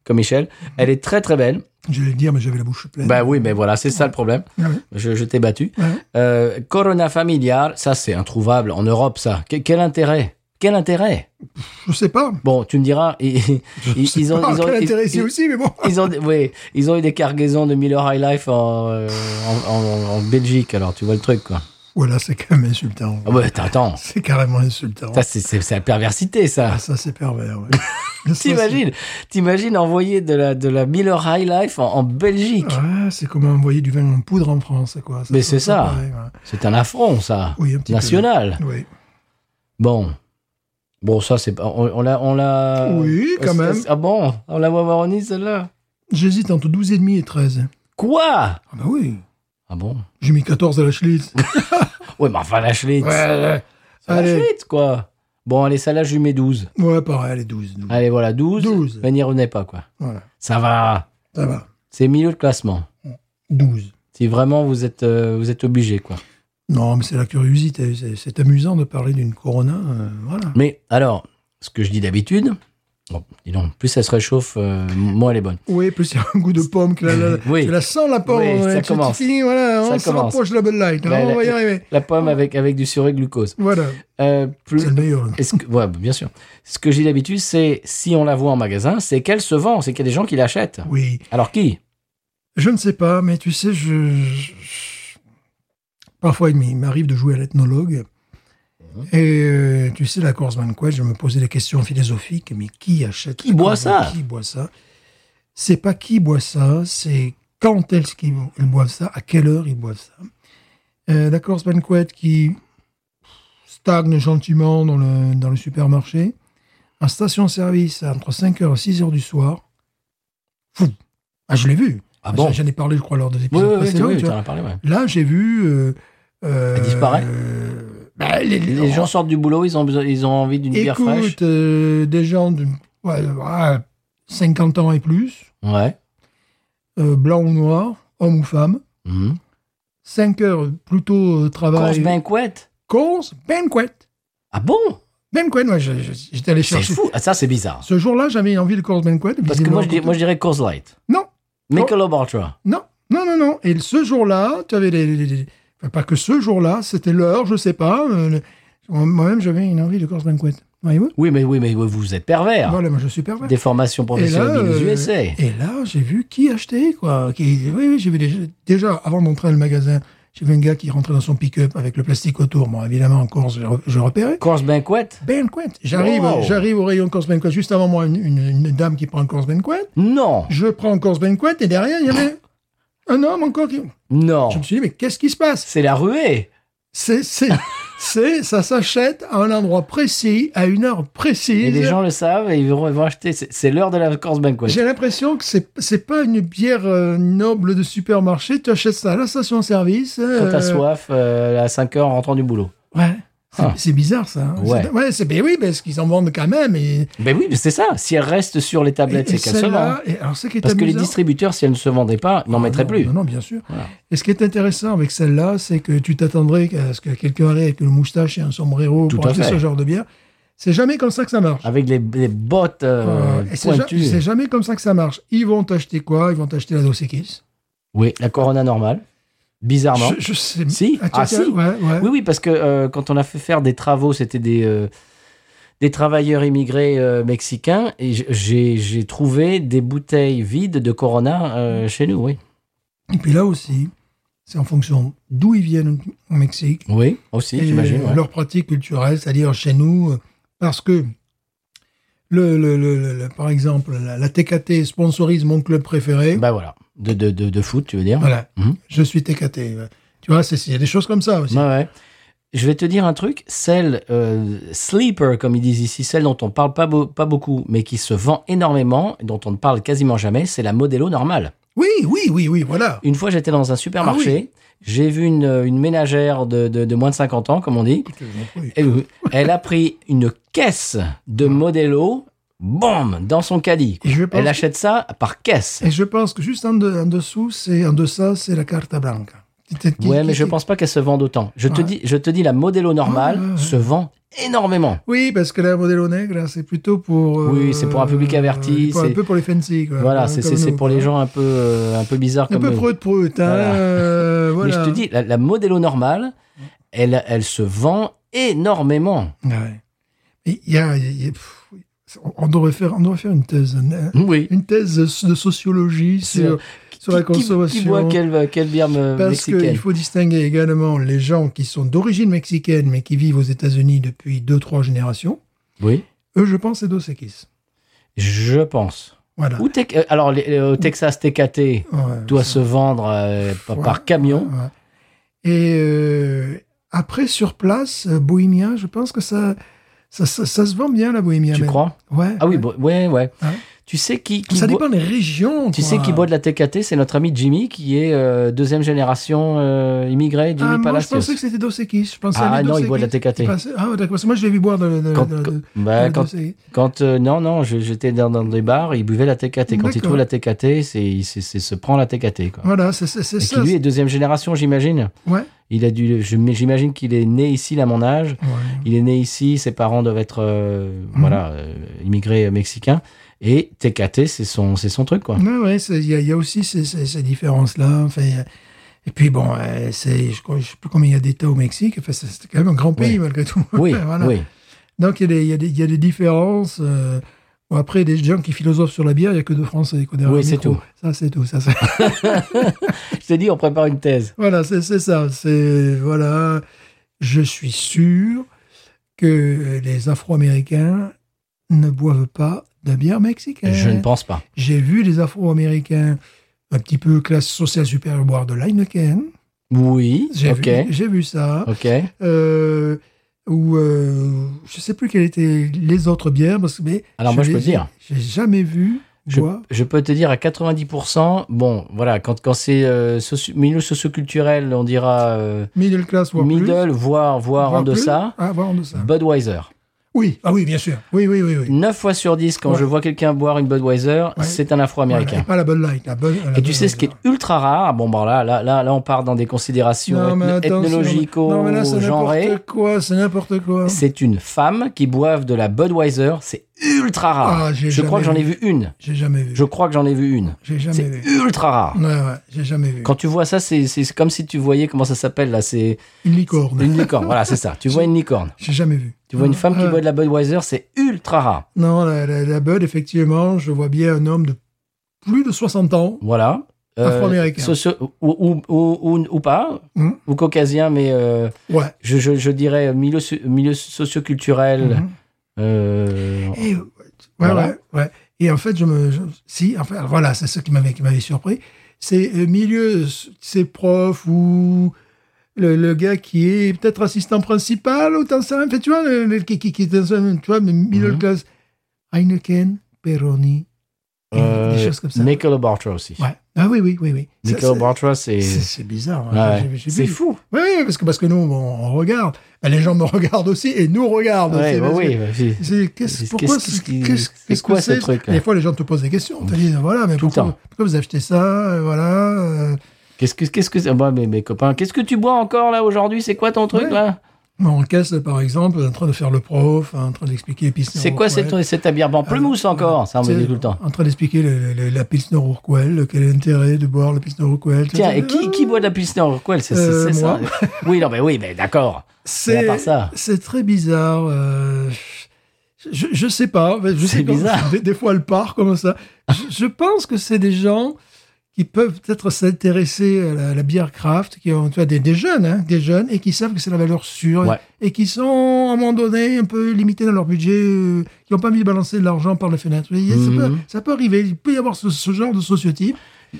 Speaker 1: comme Michel. Elle est très très belle.
Speaker 2: Je vais le dire, mais j'avais la bouche pleine. Hein?
Speaker 1: Ben oui, mais voilà, c'est ça le problème.
Speaker 2: Ouais.
Speaker 1: Je, je t'ai battu.
Speaker 2: Ouais.
Speaker 1: Euh, Corona familiar, ça c'est introuvable en Europe, ça. Que- quel intérêt Quel intérêt
Speaker 2: Je sais pas.
Speaker 1: Bon, tu me diras, ils, ils-
Speaker 2: Je sais
Speaker 1: ils ont,
Speaker 2: pas
Speaker 1: ils ont-
Speaker 2: quel
Speaker 1: ils-
Speaker 2: intérêt ici
Speaker 1: ils-
Speaker 2: aussi, mais bon.
Speaker 1: ils ont, oui, ils ont eu des cargaisons de Miller High Life en, euh, en, en- en Belgique, alors tu vois le truc, quoi.
Speaker 2: Voilà, c'est quand même insultant.
Speaker 1: Ah ouais, attends, attends.
Speaker 2: C'est carrément insultant.
Speaker 1: Ça, c'est- c'est c'est la perversité, ça.
Speaker 2: Ah, ça, c'est pervers. ouais. Ça, c'est-
Speaker 1: T'imagines, t'imagines envoyer de la, de la Miller High Life en, en Belgique.
Speaker 2: Ouais, c'est comme envoyer du vin en poudre en France, quoi.
Speaker 1: Mais
Speaker 2: c'est
Speaker 1: c'est ça.
Speaker 2: pareil, ouais.
Speaker 1: C'est un affront, ça.
Speaker 2: Oui, un petit peu.
Speaker 1: National.
Speaker 2: Oui.
Speaker 1: Bon. Bon, ça, c'est pas. On, on l'a. On l'a-
Speaker 2: Oui, quand
Speaker 1: Ah,
Speaker 2: même.
Speaker 1: c'est- Ah bon On la voit Maroni, celle-là
Speaker 2: J'hésite entre 12,5 et 13.
Speaker 1: Quoi
Speaker 2: Ah bah oui.
Speaker 1: Ah bon
Speaker 2: J'ai mis 14 à la Schlitz.
Speaker 1: Ouais, mais enfin, la Schlitz.
Speaker 2: ouais,
Speaker 1: C'est la
Speaker 2: Allez.
Speaker 1: Schlitz, quoi. Bon, allez, celle-là, je lui mets 12.
Speaker 2: ouais, pareil, allez, 12. 12.
Speaker 1: Allez, voilà, 12.
Speaker 2: 12.
Speaker 1: Mais n'y revenez pas, quoi.
Speaker 2: Voilà,
Speaker 1: Ça va.
Speaker 2: ça va.
Speaker 1: C'est milieu de classement.
Speaker 2: 12.
Speaker 1: Si vraiment vous êtes, euh, vous êtes obligé, quoi.
Speaker 2: Non, mais c'est la curiosité. C'est- C'est amusant de parler d'une Corona. euh, voilà.
Speaker 1: Mais alors, ce que je dis d'habitude, bon, dis donc, plus ça se réchauffe, euh, moins elle est bonne.
Speaker 2: Oui, plus il y a un goût de pomme que la, la-
Speaker 1: Oui.
Speaker 2: tu la sens, la pomme.
Speaker 1: Oui,
Speaker 2: ouais,
Speaker 1: ça
Speaker 2: tu-
Speaker 1: commence.
Speaker 2: tu finis, voilà,
Speaker 1: Ça
Speaker 2: on se
Speaker 1: commence.
Speaker 2: rapproche de la Bud Light. hein,
Speaker 1: La-
Speaker 2: on
Speaker 1: la-
Speaker 2: va y arriver.
Speaker 1: La pomme avec, avec du suré glucose.
Speaker 2: Voilà,
Speaker 1: Euh, plus,
Speaker 2: c'est le meilleur. là.
Speaker 1: est-ce que- ouais, bah, bien sûr. Ce que j'ai d'habitude, c'est si on la voit en magasin, c'est qu'elle se vend, c'est qu'il y a des gens qui l'achètent.
Speaker 2: Oui.
Speaker 1: Alors qui
Speaker 2: Je ne sais pas, mais tu sais, je, je- je- parfois il m'arrive de jouer à l'ethnologue.
Speaker 1: Mhm.
Speaker 2: Et euh, tu sais, la Corsman Quest, je me posais des questions philosophiques, mais qui achète
Speaker 1: Qui boit
Speaker 2: Corsman-
Speaker 1: ça
Speaker 2: Qui boit ça C'est pas qui boit ça, c'est quand est-ce qu'ils bo- ils boivent ça, à quelle heure ils boivent ça. Euh, la Course Banquet qui stagne gentiment dans le, dans le supermarché. En station-service, entre 5h et 6h du soir. Fou Ah, je l'ai vu
Speaker 1: Ah bon
Speaker 2: J'en ai parlé, je crois, lors des
Speaker 1: Oui,
Speaker 2: épisodes
Speaker 1: oui, oui,
Speaker 2: précédents.
Speaker 1: oui,
Speaker 2: tu
Speaker 1: tu
Speaker 2: vois.
Speaker 1: en as parlé, ouais.
Speaker 2: Là, j'ai vu. euh, euh,
Speaker 1: Elle disparaît
Speaker 2: euh, bah, les,
Speaker 1: Les gens sortent du boulot, ils ont, besoin- ils ont envie d'une bière fraîche.
Speaker 2: Écoute, euh, des gens de ouais, ouais, 50 ans et plus,
Speaker 1: Ouais.
Speaker 2: euh, blancs ou noirs, hommes ou femmes,
Speaker 1: Mmh.
Speaker 2: 5 heures plutôt euh,
Speaker 1: Course
Speaker 2: travail.
Speaker 1: banquet.
Speaker 2: Course banquet.
Speaker 1: Ah bon
Speaker 2: Banquet, ouais, je- je- j'étais allé
Speaker 1: C'est
Speaker 2: chercher.
Speaker 1: fou. Ah, ça, c'est bizarre.
Speaker 2: Ce jour-là, j'avais envie de course banquet.
Speaker 1: Parce que moi, je, dis- moi, je dirais Coors Light.
Speaker 2: Non,
Speaker 1: Michelob Ultra.
Speaker 2: non, non, non, non. Et ce jour-là, tu avais les. les- les- enfin, pas que ce jour-là, c'était l'heure, je sais pas. euh, le- Moi-même, j'avais une envie de course banquet. Voyez-vous
Speaker 1: Oui, mais oui, mais vous êtes pervers.
Speaker 2: Voilà, moi, je suis pervers.
Speaker 1: Ah. Des formations
Speaker 2: Et là,
Speaker 1: professionnelles aux
Speaker 2: euh,
Speaker 1: USA.
Speaker 2: et là, j'ai vu qui achetait, quoi. Qui, oui, oui, j'ai vu déjà, déjà, avant d'entrer dans le magasin, j'ai vu un gars qui rentrait dans son pick-up avec le plastique autour. Bon, évidemment, en Corse, je, re- je repérais.
Speaker 1: Course banquet
Speaker 2: Banquet. J'arrive,
Speaker 1: Wow.
Speaker 2: j'arrive au rayon Corse Banquet. Juste avant moi, une, une- une dame qui prend un Corse Banquet.
Speaker 1: Non,
Speaker 2: Je prends un Corse Banquet et derrière, il y avait un homme encore qui...
Speaker 1: non.
Speaker 2: Je me suis dit, mais qu'est-ce qui se passe?
Speaker 1: C'est la ruée.
Speaker 2: C'est, c'est, c'est, ça s'achète à un endroit précis, à une heure précise.
Speaker 1: Et les gens le savent et ils vont, ils vont acheter. C'est c'est l'heure de la course banquet.
Speaker 2: J'ai l'impression que c'est c'est pas une bière euh, noble de supermarché. Tu achètes ça à la station-service.
Speaker 1: Quand
Speaker 2: euh,
Speaker 1: t'as soif, euh, à 5 heures en rentrant du boulot.
Speaker 2: Ouais. C'est
Speaker 1: Ah.
Speaker 2: c'est bizarre ça. hein.
Speaker 1: Ouais.
Speaker 2: C'est- Ouais, c'est ben oui parce qu'ils en vendent quand même et,
Speaker 1: Ben oui, mais c'est ça. Si elle reste sur les
Speaker 2: et-
Speaker 1: tablettes,
Speaker 2: et
Speaker 1: c'est qu'elle se vend.
Speaker 2: celle-là. et Alors ce qui est
Speaker 1: Parce que les
Speaker 2: amusant- Ah
Speaker 1: distributeurs, si elles ne se vendaient pas, n'en mettraient
Speaker 2: non,
Speaker 1: plus.
Speaker 2: Non, non, bien sûr.
Speaker 1: Voilà.
Speaker 2: Et ce qui est intéressant avec celle-là, c'est que tu t'attendrais à ce que quelqu'un allait avec une moustache et un sombrero
Speaker 1: Tout
Speaker 2: pour
Speaker 1: à
Speaker 2: acheter
Speaker 1: fait. Ah
Speaker 2: ce genre de bière. C'est jamais comme ça que ça marche.
Speaker 1: Avec les, les bottes euh,
Speaker 2: Euh, et c'est ja-
Speaker 1: pointues.
Speaker 2: c'est jamais comme ça que ça marche. Ils vont t'acheter quoi Ils vont t'acheter la Dos Equis.
Speaker 1: Oui, la Corona normale. Bizarrement.
Speaker 2: Je, je sais.
Speaker 1: Si.
Speaker 2: Ah, tiens,
Speaker 1: Ah,
Speaker 2: tiens,
Speaker 1: si.
Speaker 2: ouais, ouais.
Speaker 1: Oui, oui, parce que euh, quand on a fait faire des travaux, c'était des, euh, des travailleurs immigrés euh, mexicains, et j- j'ai j'ai trouvé des bouteilles vides de Corona
Speaker 2: Mm.
Speaker 1: euh, chez nous, oui.
Speaker 2: Et puis là aussi, c'est en fonction d'où ils viennent au Mexique
Speaker 1: Oui, aussi,
Speaker 2: et
Speaker 1: j'imagine. ouais.
Speaker 2: leur pratique culturelle, c'est-à-dire chez nous, euh, parce que le, le- le- le- le- par exemple, la, la TKT sponsorise mon club préféré.
Speaker 1: Bah voilà, de, de, de, de foot, tu veux dire.
Speaker 2: voilà,
Speaker 1: Mhm.
Speaker 2: je suis TKT. ouais. Tu vois, c'est- c'est- il y a des choses comme ça aussi.
Speaker 1: Ouais, ouais. Je vais te dire un truc, celle euh, sleeper, comme ils disent ici, celle dont on parle pas, beau- pas beaucoup, mais qui se vend énormément, et dont on ne parle quasiment jamais, c'est la Modelo normale.
Speaker 2: Oui, oui, oui, oui, voilà.
Speaker 1: Une fois, j'étais dans un supermarché,
Speaker 2: Ah
Speaker 1: j'ai vu une, euh, une ménagère de, de, de moins de 50 ans, comme on dit,
Speaker 2: Écoute, je m'en prie. Ah.
Speaker 1: Elle, elle a pris une caisse de Modelo boum, dans son caddie.
Speaker 2: Et je pense,
Speaker 1: Elle achète ça par caisse.
Speaker 2: Ah et je pense que juste en, de- en dessous, c'est en deçà, c'est la carta blanca. Qui- qui-
Speaker 1: Ouais,
Speaker 2: qui-
Speaker 1: mais je
Speaker 2: qui-
Speaker 1: pense pas qu'elle se vende autant. Je te
Speaker 2: Ouais. Ah,
Speaker 1: dis, je te dis, la Modelo normale
Speaker 2: Ouais, ouais, ouais.
Speaker 1: se vend énormément.
Speaker 2: Oui, parce que la Modelo Negra, c'est plutôt pour. euh,
Speaker 1: Oui, c'est pour un public averti,
Speaker 2: pour- un
Speaker 1: c'est-
Speaker 2: peu pour les fancy. quoi,
Speaker 1: voilà,
Speaker 2: Euh, comme-
Speaker 1: c'est
Speaker 2: comme
Speaker 1: c'est- c'est
Speaker 2: nous,
Speaker 1: pour
Speaker 2: quoi.
Speaker 1: les gens un peu, euh, un peu bizarres
Speaker 2: Un
Speaker 1: comme
Speaker 2: peu
Speaker 1: nous.
Speaker 2: preut-preut. Hein,
Speaker 1: Voilà.
Speaker 2: euh,
Speaker 1: Mais je
Speaker 2: voilà.
Speaker 1: te dis, la, la Modelo normale, elle, elle se vend énormément.
Speaker 2: Ouais. Et Il y a. il y a- pff, on- on, devrait faire, on devrait faire une thèse. hein,
Speaker 1: Oui.
Speaker 2: Une thèse de sociologie sur, sur la
Speaker 1: Qui- qui-
Speaker 2: consommation.
Speaker 1: Qui boit quelle, quelle bière me-
Speaker 2: Parce
Speaker 1: mexicaine
Speaker 2: qu'il faut distinguer également les gens qui sont d'origine mexicaine mais qui vivent aux États-Unis depuis 2-3 générations.
Speaker 1: Oui,
Speaker 2: Eux, je pense, c'est Dos Equis.
Speaker 1: je pense.
Speaker 2: Voilà.
Speaker 1: Ou Tex- euh, alors, les- euh, au Texas TKT
Speaker 2: Ouais,
Speaker 1: doit
Speaker 2: ça-
Speaker 1: se vendre euh, par-
Speaker 2: Ouais.
Speaker 1: par camion.
Speaker 2: ouais. Et euh, après, sur place, euh, Bohemia, je pense que ça, ça, ça, ça se vend bien, la Bohemia.
Speaker 1: Tu
Speaker 2: même.
Speaker 1: crois
Speaker 2: Ouais.
Speaker 1: Ah oui,
Speaker 2: ouais.
Speaker 1: bon, ouais, ouais.
Speaker 2: Hein
Speaker 1: Tu sais qui, qui
Speaker 2: Ça
Speaker 1: boit-
Speaker 2: dépend des régions.
Speaker 1: Tu
Speaker 2: quoi.
Speaker 1: sais qui boit de la TKT C'est notre ami Jimmy, qui est euh, deuxième génération euh, immigré, Jimmy
Speaker 2: ah, moi, je
Speaker 1: Palacios.
Speaker 2: pensais que c'était Dos Equis. Je pensais à
Speaker 1: ah
Speaker 2: lui,
Speaker 1: non,
Speaker 2: Dos
Speaker 1: il boit de la
Speaker 2: Equis.
Speaker 1: TKT.
Speaker 2: Je pensais- Ah, d'accord. Parce que Moi, je l'ai vu boire dans le. dans le-
Speaker 1: Quand,
Speaker 2: dans le-
Speaker 1: quand-
Speaker 2: dans
Speaker 1: bah,
Speaker 2: le
Speaker 1: quand-
Speaker 2: Dos Equis.
Speaker 1: quand, euh, non, non, je- j'étais dans, dans des bars, il buvait la TKT. Quand il
Speaker 2: D'accord.
Speaker 1: trouve la TKT, c'est il se- se- se prend la TKT. Quoi.
Speaker 2: Voilà, c'est c'est- c'est
Speaker 1: Et
Speaker 2: ça.
Speaker 1: qui lui est deuxième génération, j'imagine.
Speaker 2: Ouais.
Speaker 1: Il a dû, je- mais j'imagine qu'il est né ici, à mon âge.
Speaker 2: Ouais.
Speaker 1: Il est né ici, ses parents doivent être euh,
Speaker 2: Mhm.
Speaker 1: voilà, euh, immigrés mexicains. Et TKT, c'est son, c'est son truc, quoi.
Speaker 2: Ouais, ouais, c'est- il y, a- il y a aussi ces, ces- ces différences-là. Enfin, il y a- et puis bon, euh, c'est, je ne sais plus combien il y a d'États au Mexique. Enfin, c'est, c'est quand même un grand pays
Speaker 1: Oui.
Speaker 2: malgré tout.
Speaker 1: Oui,
Speaker 2: Voilà.
Speaker 1: oui.
Speaker 2: Donc il y, a des- il y a des- il y a des différences. euh, bon, après, des gens qui philosophent sur la bière, il n'y a que deux Français. quoi, derrière
Speaker 1: Oui,
Speaker 2: le
Speaker 1: c'est
Speaker 2: micro.
Speaker 1: tout.
Speaker 2: Ça, c'est tout. Ça, c'est-
Speaker 1: Je t'ai dit, on prépare une thèse.
Speaker 2: voilà, c'est, c'est ça. C'est, voilà, je suis sûr que les Afro-Américains ne boivent pas de bière mexicaine.
Speaker 1: Je ne pense pas.
Speaker 2: J'ai vu les Afro-Américains un petit peu classe sociale supérieure boire de l'Heineken.
Speaker 1: Oui,
Speaker 2: J'ai
Speaker 1: ok.
Speaker 2: vu, j'ai vu ça.
Speaker 1: Ok.
Speaker 2: Euh, ou euh, je sais plus quelles étaient les autres bières parce que mais
Speaker 1: Alors, moi, je peux
Speaker 2: les-
Speaker 1: te dire.
Speaker 2: j'ai jamais vu
Speaker 1: Je,
Speaker 2: boire.
Speaker 1: je peux te dire à 90%, bon, voilà, quand, quand c'est euh, socio- milieu socioculturel, on dira euh,
Speaker 2: Middle class voire plus.
Speaker 1: middle, voire, voire en
Speaker 2: Voire plus.
Speaker 1: deçà,
Speaker 2: Ah, voire en deçà.
Speaker 1: Budweiser.
Speaker 2: Oui, ah oui, bien sûr. Oui, oui, oui, oui.
Speaker 1: 9 fois sur 10, quand
Speaker 2: Ouais.
Speaker 1: je vois quelqu'un boire une Budweiser,
Speaker 2: Ouais.
Speaker 1: c'est un
Speaker 2: Voilà,
Speaker 1: afro-américain.
Speaker 2: et pas la Bud Light, la Bud- la
Speaker 1: Et tu
Speaker 2: Bud
Speaker 1: sais ce qui est
Speaker 2: Light.
Speaker 1: ultra rare, bon ben là, là, là, là on part dans des considérations
Speaker 2: Non, mais
Speaker 1: ethno-
Speaker 2: attention.
Speaker 1: ethnologico,
Speaker 2: Non, mais là, c'est
Speaker 1: genrées.
Speaker 2: n'importe quoi, c'est n'importe quoi.
Speaker 1: C'est une femme qui boive de la Budweiser, c'est ultra rare.
Speaker 2: Ah, j'ai
Speaker 1: je crois
Speaker 2: jamais
Speaker 1: que j'en ai vu une.
Speaker 2: J'ai jamais vu.
Speaker 1: Je crois que j'en ai vu une.
Speaker 2: J'ai
Speaker 1: C'est
Speaker 2: jamais vu.
Speaker 1: ultra rare.
Speaker 2: Ouais, ouais, j'ai jamais vu.
Speaker 1: Quand tu vois ça, c'est c'est comme si tu voyais comment ça s'appelle là, c'est
Speaker 2: Une licorne.
Speaker 1: une licorne. voilà, c'est ça. Tu vois une licorne.
Speaker 2: J'ai jamais vu.
Speaker 1: Tu vois une femme qui
Speaker 2: Euh,
Speaker 1: boit de la Budweiser, c'est ultra rare.
Speaker 2: Non, la, la, la Bud, effectivement, je vois bien un homme de plus de 60 ans.
Speaker 1: Voilà.
Speaker 2: Afro-américain.
Speaker 1: socio- ou, ou, ou, ou- ou pas,
Speaker 2: Mhm.
Speaker 1: ou caucasien, mais euh,
Speaker 2: Ouais.
Speaker 1: je, je, je dirais milieu, so- milieu socioculturel.
Speaker 2: Mhm.
Speaker 1: Euh,
Speaker 2: Et, ouais,
Speaker 1: Voilà.
Speaker 2: ouais, ouais. Et en fait, je me. je- si, enfin, voilà, c'est ce qui m'avait qui m'avait surpris. C'est euh, milieu, c'est prof ou le, le gars qui est peut-être assistant principal ou t'en sais rien. Fait, tu vois, le- le- qui, qui, qui est dans un. Tu vois, mais middle
Speaker 1: Mhm.
Speaker 2: class. Heineken, Peroni, et
Speaker 1: euh,
Speaker 2: des choses comme ça.
Speaker 1: Michelob Ultra aussi.
Speaker 2: Ouais. Ah oui, oui, oui, oui. Ça,
Speaker 1: Michelob
Speaker 2: c'est-
Speaker 1: Ultra, c'est.
Speaker 2: c'est c'est bizarre. hein.
Speaker 1: Ouais.
Speaker 2: J'ai- j'ai
Speaker 1: C'est
Speaker 2: vu.
Speaker 1: fou.
Speaker 2: Oui, oui, parce que, parce que nous, on, on regarde. Ben, les gens me regardent aussi et nous regardent
Speaker 1: Ouais,
Speaker 2: aussi.
Speaker 1: ouais,
Speaker 2: parce
Speaker 1: oui, bah
Speaker 2: que
Speaker 1: ouais, oui.
Speaker 2: bah, c'est- qu'est-ce-
Speaker 1: Qu'est-ce-
Speaker 2: pourquoi
Speaker 1: qu'est-ce
Speaker 2: c'est-
Speaker 1: qui-
Speaker 2: qu'est-ce-
Speaker 1: c'est
Speaker 2: qu'est-ce
Speaker 1: quoi
Speaker 2: que
Speaker 1: ce truc, là
Speaker 2: Des fois, les gens te posent des questions. On te dit, voilà, mais
Speaker 1: Tout le
Speaker 2: pourquoi,
Speaker 1: temps.
Speaker 2: pourquoi vous achetez ça euh, Voilà. euh,
Speaker 1: Qu'est-ce que qu'est-ce que c'est- bah, mes, mes copains, qu'est-ce que tu bois encore là aujourd'hui C'est quoi ton truc
Speaker 2: Ouais.
Speaker 1: là
Speaker 2: on encaisse, par exemple, en train de faire le prof, en train d'expliquer Pilsner
Speaker 1: C'est quoi cette,
Speaker 2: Urquell.
Speaker 1: cette ta bière Bon, Plumousse
Speaker 2: Euh,
Speaker 1: encore, ça on me
Speaker 2: Tu sais,
Speaker 1: dit tout le temps.
Speaker 2: En train d'expliquer le- le- la Pilsner Urquell, quel est l'intérêt de boire la Pilsner Urquell.
Speaker 1: Tiens, et qui, qui boit de la Pilsner Urquell C'est c'est-
Speaker 2: Euh,
Speaker 1: c'est ça
Speaker 2: moi.
Speaker 1: Oui, non, mais oui, mais d'accord. Mais à
Speaker 2: C'est
Speaker 1: part ça.
Speaker 2: c'est très bizarre. euh, je, je sais pas. Je
Speaker 1: C'est
Speaker 2: sais pas,
Speaker 1: bizarre.
Speaker 2: Des, des fois, elle part comme ça. Je, je pense que c'est des gens qui peuvent peut-être s'intéresser à la, la bière craft, qui ont tu vois, des, des jeunes, hein, des jeunes, et qui savent que c'est la valeur sûre,
Speaker 1: Ouais.
Speaker 2: et qui sont à un moment donné un peu limités dans leur budget, euh, qui n'ont pas envie de balancer de l'argent par la fenêtre. Vous voyez, ça, peut,
Speaker 1: Mhm.
Speaker 2: ça peut arriver. Il peut y avoir ce, ce genre de sociotype.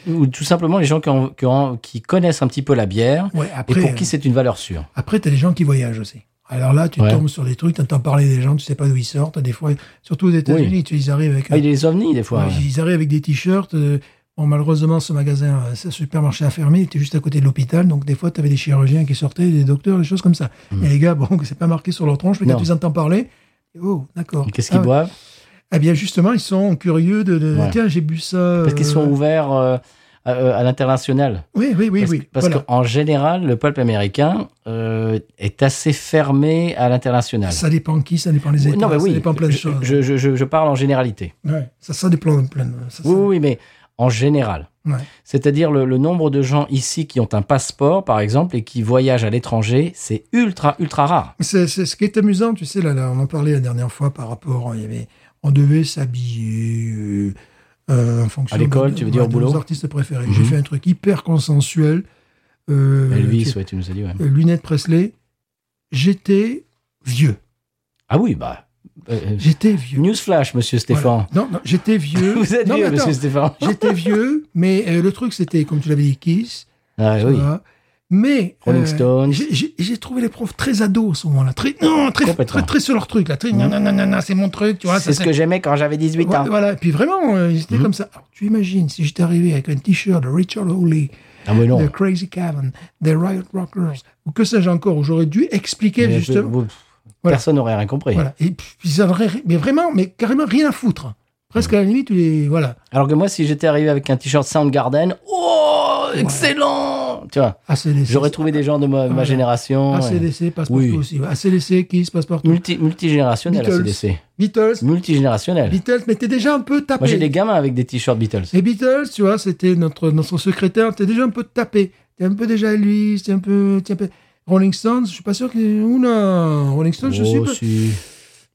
Speaker 1: Ou tout simplement les gens qui, ont- qui, ont- qui connaissent un petit peu la bière
Speaker 2: Ouais,
Speaker 1: et
Speaker 2: après,
Speaker 1: pour
Speaker 2: euh,
Speaker 1: qui c'est une valeur sûre.
Speaker 2: Après, t'as des gens qui voyagent aussi. Alors là, tu
Speaker 1: Ouais.
Speaker 2: tombes sur des trucs, t'entends parler des gens, tu sais pas d'où ils sortent. Des fois, surtout aux États-Unis, tu- ils arrivent avec,
Speaker 1: Ah, il y a des ovnis des fois.
Speaker 2: ouais, ils arrivent avec des t-shirts. euh, bon, malheureusement, ce magasin, euh, ce supermarché a fermé, il était juste à côté de l'hôpital. Donc des fois, t'avais des chirurgiens qui sortaient, des docteurs, des choses comme ça. Et les gars, bon, que c'est pas marqué sur leur tronche, mais
Speaker 1: Hmm. Non.
Speaker 2: quand tu les entends parler, oh, d'accord.
Speaker 1: Qu'est-ce
Speaker 2: Ah
Speaker 1: qu'ils
Speaker 2: ouais.
Speaker 1: boivent
Speaker 2: Eh bien, justement, ils sont curieux de. de-
Speaker 1: Ouais.
Speaker 2: Tiens, j'ai bu ça.
Speaker 1: Parce qu'ils
Speaker 2: euh,
Speaker 1: sont ouverts euh, à, à l'international.
Speaker 2: Oui, oui, oui,
Speaker 1: parce
Speaker 2: oui.
Speaker 1: parce
Speaker 2: Voilà.
Speaker 1: qu'en général, le peuple américain euh, est assez fermé à l'international.
Speaker 2: Ça dépend qui, ça dépend les États,
Speaker 1: non, mais
Speaker 2: ça
Speaker 1: oui,
Speaker 2: dépend plein de
Speaker 1: je,
Speaker 2: choses.
Speaker 1: je, je- je parle en généralité.
Speaker 2: Ouais, ça, ça dépend plein de ça, ça-
Speaker 1: Oui, oui, oui, mais en général.
Speaker 2: Ouais.
Speaker 1: C'est-à-dire le, le nombre de gens ici qui ont un passeport, par exemple, et qui voyagent à l'étranger, c'est ultra, ultra rare.
Speaker 2: C'est, c'est ce qui est amusant, tu sais, là, là, on en parlait la dernière fois par rapport, hein, il y avait, on devait s'habiller euh, euh, en fonction
Speaker 1: À l'école,
Speaker 2: de- bah,
Speaker 1: tu veux dire, au
Speaker 2: de nos
Speaker 1: boulot
Speaker 2: artistes préférés.
Speaker 1: Mhm.
Speaker 2: J'ai fait un truc hyper consensuel. euh,
Speaker 1: Elvis,
Speaker 2: qui-
Speaker 1: ouais, tu nous as dit. ouais.
Speaker 2: euh, lunettes Presley. J'étais vieux.
Speaker 1: Ah oui, bah. euh,
Speaker 2: J'étais vieux.
Speaker 1: newsflash, monsieur Stéphane.
Speaker 2: Voilà. Non, non, j'étais vieux.
Speaker 1: Vous êtes
Speaker 2: Non,
Speaker 1: vieux,
Speaker 2: mais attends,
Speaker 1: monsieur Stéphane.
Speaker 2: J'étais vieux, mais euh, le truc, c'était, comme tu l'avais dit, Kiss.
Speaker 1: Ah
Speaker 2: tu
Speaker 1: oui.
Speaker 2: vois. Mais
Speaker 1: Rolling Stones.
Speaker 2: Euh, j'ai- j'ai j'ai trouvé les profs très ados à ce moment-là, très non, très
Speaker 1: Complètement.
Speaker 2: très, très sur leur truc là, très non non non non, non, c'est mon truc, tu vois.
Speaker 1: Mmh. c'est
Speaker 2: ça,
Speaker 1: ce que j'aimais quand j'avais 18 ans.
Speaker 2: Ouais, Voilà, et puis vraiment, euh, ils étaient
Speaker 1: Mhm.
Speaker 2: comme ça. Alors, tu imagines si j'étais arrivé avec un t-shirt de Richard Hawley,
Speaker 1: Ah mais non.
Speaker 2: de Crazy Cavan, des Riot Rockers, ou que sais-je encore, où j'aurais dû expliquer
Speaker 1: Mais
Speaker 2: justement.
Speaker 1: vous- pff,
Speaker 2: Voilà.
Speaker 1: Personne n'aurait rien compris.
Speaker 2: Voilà, et puis ils avaient ri- mais vraiment, mais carrément rien à foutre. Presque à la limite, tu les. Voilà.
Speaker 1: Alors que moi, si j'étais arrivé avec un t-shirt Soundgarden, oh, excellent Tu vois,
Speaker 2: ACDC.
Speaker 1: j'aurais trouvé des gens de ma, ma
Speaker 2: Voilà.
Speaker 1: génération.
Speaker 2: Ah,
Speaker 1: ouais.
Speaker 2: ACDC, passe-partout
Speaker 1: Oui. Mmh.
Speaker 2: aussi. ACDC, Kiss, passe-partout.
Speaker 1: Multi, multigénérationnel,
Speaker 2: Beatles.
Speaker 1: ACDC.
Speaker 2: Beatles,
Speaker 1: Multigénérationnel.
Speaker 2: Beatles, mais t'es déjà un peu tapé.
Speaker 1: Mmh. Moi, j'ai des gamins avec des t-shirts Beatles.
Speaker 2: Les Beatles, tu vois, c'était notre, notre secrétaire, t'es déjà un peu tapé. T'es un peu déjà Elvis, t'es un peu, t'es un peu- Rolling Stones, je suis pas sûr que. Oula, Rolling Stones, je suis
Speaker 1: Oh,
Speaker 2: pas.
Speaker 1: si.